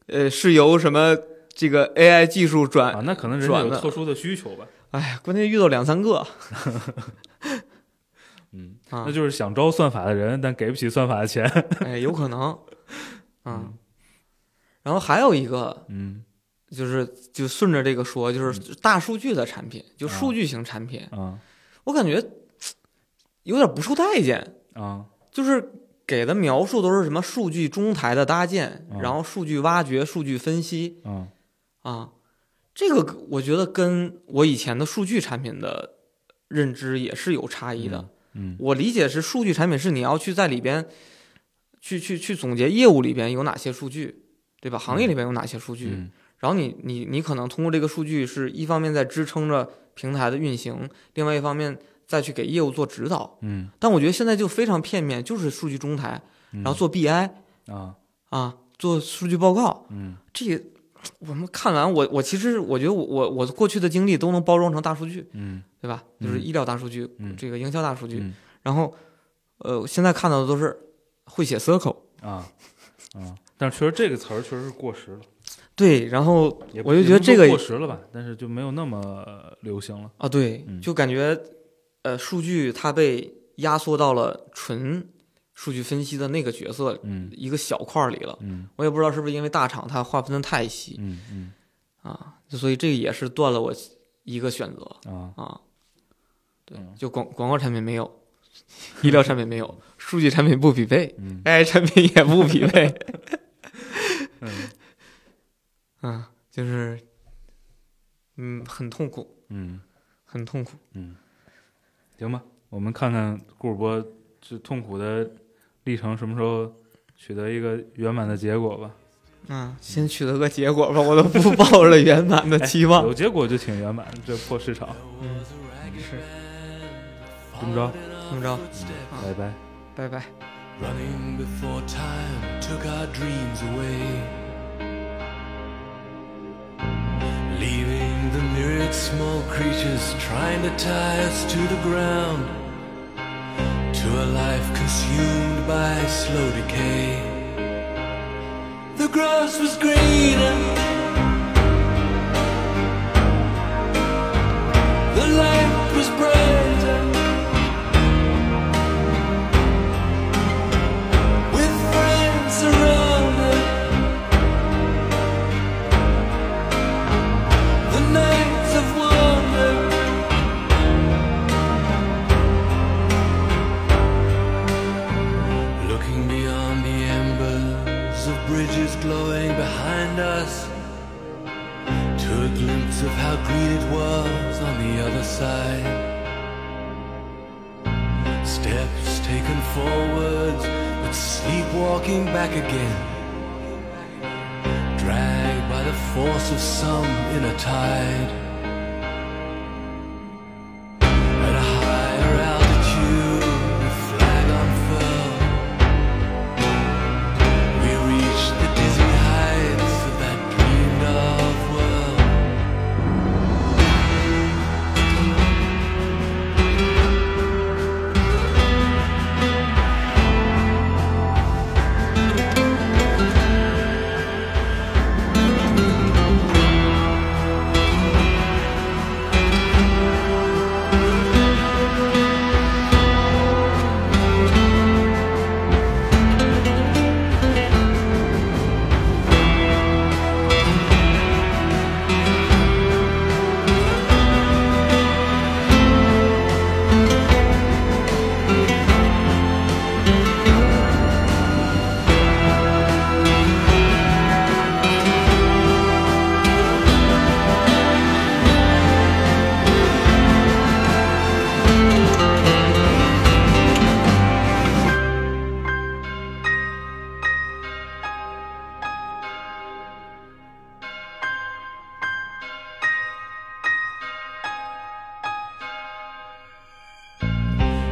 [SPEAKER 3] 呃，是由什么这个 AI 技术转，
[SPEAKER 4] 啊，那可能人家
[SPEAKER 3] 转
[SPEAKER 4] 有
[SPEAKER 3] 哎的
[SPEAKER 4] 特殊的需求吧。
[SPEAKER 3] 哎呀，关键遇到两三个
[SPEAKER 4] 啊嗯，
[SPEAKER 3] 啊
[SPEAKER 4] 那，就是想招算法的人，但给不起算法的钱。
[SPEAKER 3] 哎，有 可能，啊，然后还有一个
[SPEAKER 4] 嗯
[SPEAKER 3] 就是就顺着这个说，就是大数据的产品，就
[SPEAKER 4] 啊
[SPEAKER 3] 数据型产品，
[SPEAKER 4] 啊
[SPEAKER 3] 我感觉有点不受待见。
[SPEAKER 4] 啊
[SPEAKER 3] 就是给的描述都是什么数据中台的搭建，
[SPEAKER 4] 嗯
[SPEAKER 3] 然后数据挖掘、数据分析
[SPEAKER 4] 啊
[SPEAKER 3] 啊，这个我觉得跟我以前的数据产品的认知也是有差异的。
[SPEAKER 4] 嗯
[SPEAKER 3] 我理解是数据产品是你要去在里边去去去总结业务里边有哪些数据，对吧？行业里边有哪些数据，
[SPEAKER 4] 嗯
[SPEAKER 3] 然后你你你可能通过这个数据是一方面在支撑着平台的运行，另外一方面再去给业务做指导。
[SPEAKER 4] 嗯
[SPEAKER 3] 但我觉得现在就非常片面，就是数据中台，
[SPEAKER 4] 嗯
[SPEAKER 3] 然后做 BI
[SPEAKER 4] 啊
[SPEAKER 3] 啊，做数据报告，
[SPEAKER 4] 嗯
[SPEAKER 3] 这也我们看完我我其实我觉得我我我过去的经历都能包装成大数据，
[SPEAKER 4] 嗯
[SPEAKER 3] 对吧？就是
[SPEAKER 4] 嗯
[SPEAKER 3] 医疗大数据，
[SPEAKER 4] 嗯
[SPEAKER 3] 这个营销大数据，
[SPEAKER 4] 嗯
[SPEAKER 3] 然后呃，现在看到的都是会写 SQL，
[SPEAKER 4] 啊啊但是确实这个词儿确实是过时了，
[SPEAKER 3] 对，然后
[SPEAKER 4] 也不
[SPEAKER 3] 我就觉得这个
[SPEAKER 4] 也不能说过时了吧，但是就没有那么呃流行了。
[SPEAKER 3] 啊，对，
[SPEAKER 4] 嗯
[SPEAKER 3] 就感觉呃，数据它被压缩到了纯数据分析的那个角色
[SPEAKER 4] 嗯
[SPEAKER 3] 一个小块儿里了。
[SPEAKER 4] 嗯
[SPEAKER 3] 我也不知道是不是因为大厂它划分的太细
[SPEAKER 4] 嗯嗯
[SPEAKER 3] 啊，所以这个也是断了我一个选择
[SPEAKER 4] 啊，
[SPEAKER 3] 啊。对
[SPEAKER 4] 嗯，
[SPEAKER 3] 就广广告产品没有，医疗产品没有，数据产品不匹配
[SPEAKER 4] 嗯
[SPEAKER 3] ，AI 产品也不匹配
[SPEAKER 4] 嗯
[SPEAKER 3] 啊，就是嗯，很痛苦，
[SPEAKER 4] 嗯
[SPEAKER 3] 很痛苦。
[SPEAKER 4] 嗯，行吧，我们看看顾主播这痛苦的历程什么时候取得一个圆满的结果吧。
[SPEAKER 3] 啊，先取得个结果吧，我都不抱着圆满的期望。
[SPEAKER 4] 有结果就挺圆满，这破市场，
[SPEAKER 3] 嗯，
[SPEAKER 4] 怎么着？
[SPEAKER 3] 这么着，
[SPEAKER 4] 拜拜。
[SPEAKER 3] 拜拜。
[SPEAKER 2] Running before time took our dreams away. Leaving the myriad small creatures trying to tie us to the ground. To a life consumed by slow decay. The grass was greener. The light was brighter. with friends around it. The nights of wonder. Looking beyond the embers of bridges glowing behind us to a glimpse of how green it was on the other side. Steps taken forwards, but sleepwalking back again. Dragged by the force of some inner tide. At a higher altitude, the flag unfurled. We reached the dizzy heights of that dreamed of world.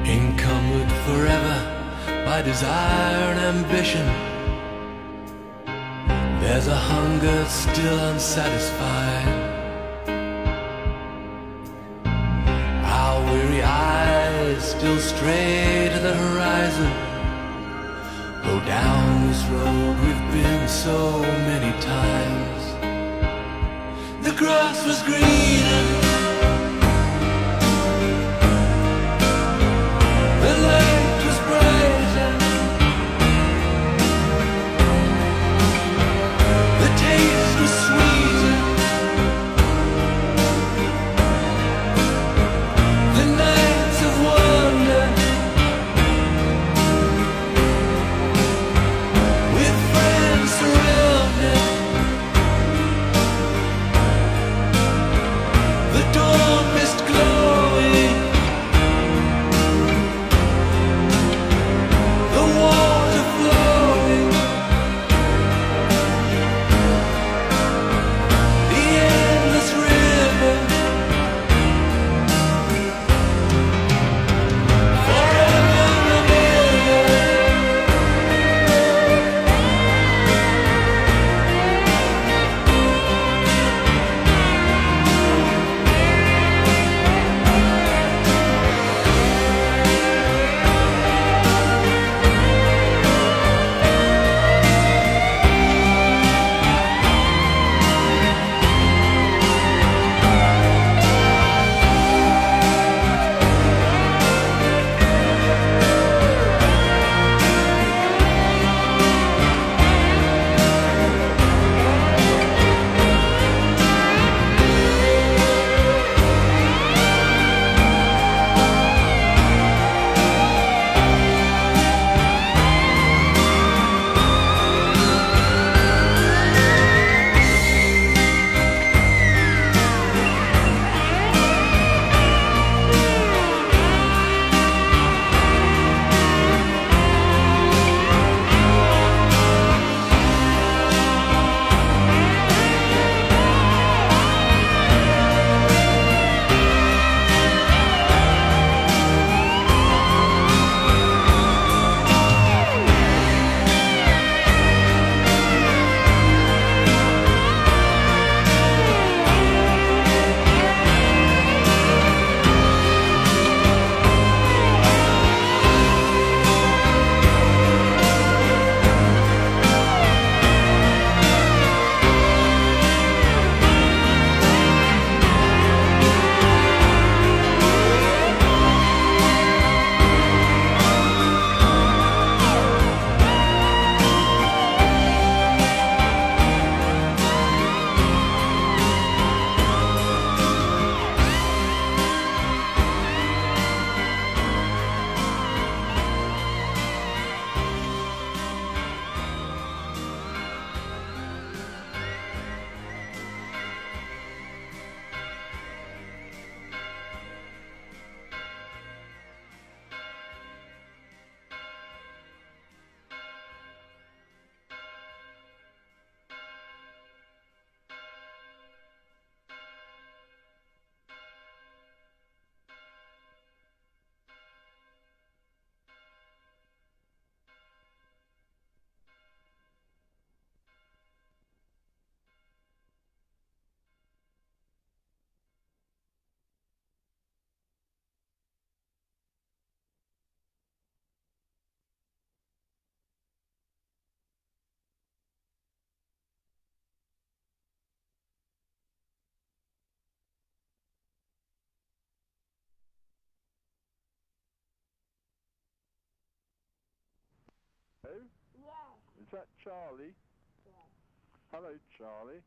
[SPEAKER 2] encumbered forever by desire and ambition. There's a hunger still unsatisfied. Our weary eyes still stray to the horizon. Go down this road we've been so many times. The grass was greener. The light was brighter. The taste was sweeter. The nights of wonder. With friends surrounded.
[SPEAKER 5] Is that Charlie? Hello, Charlie.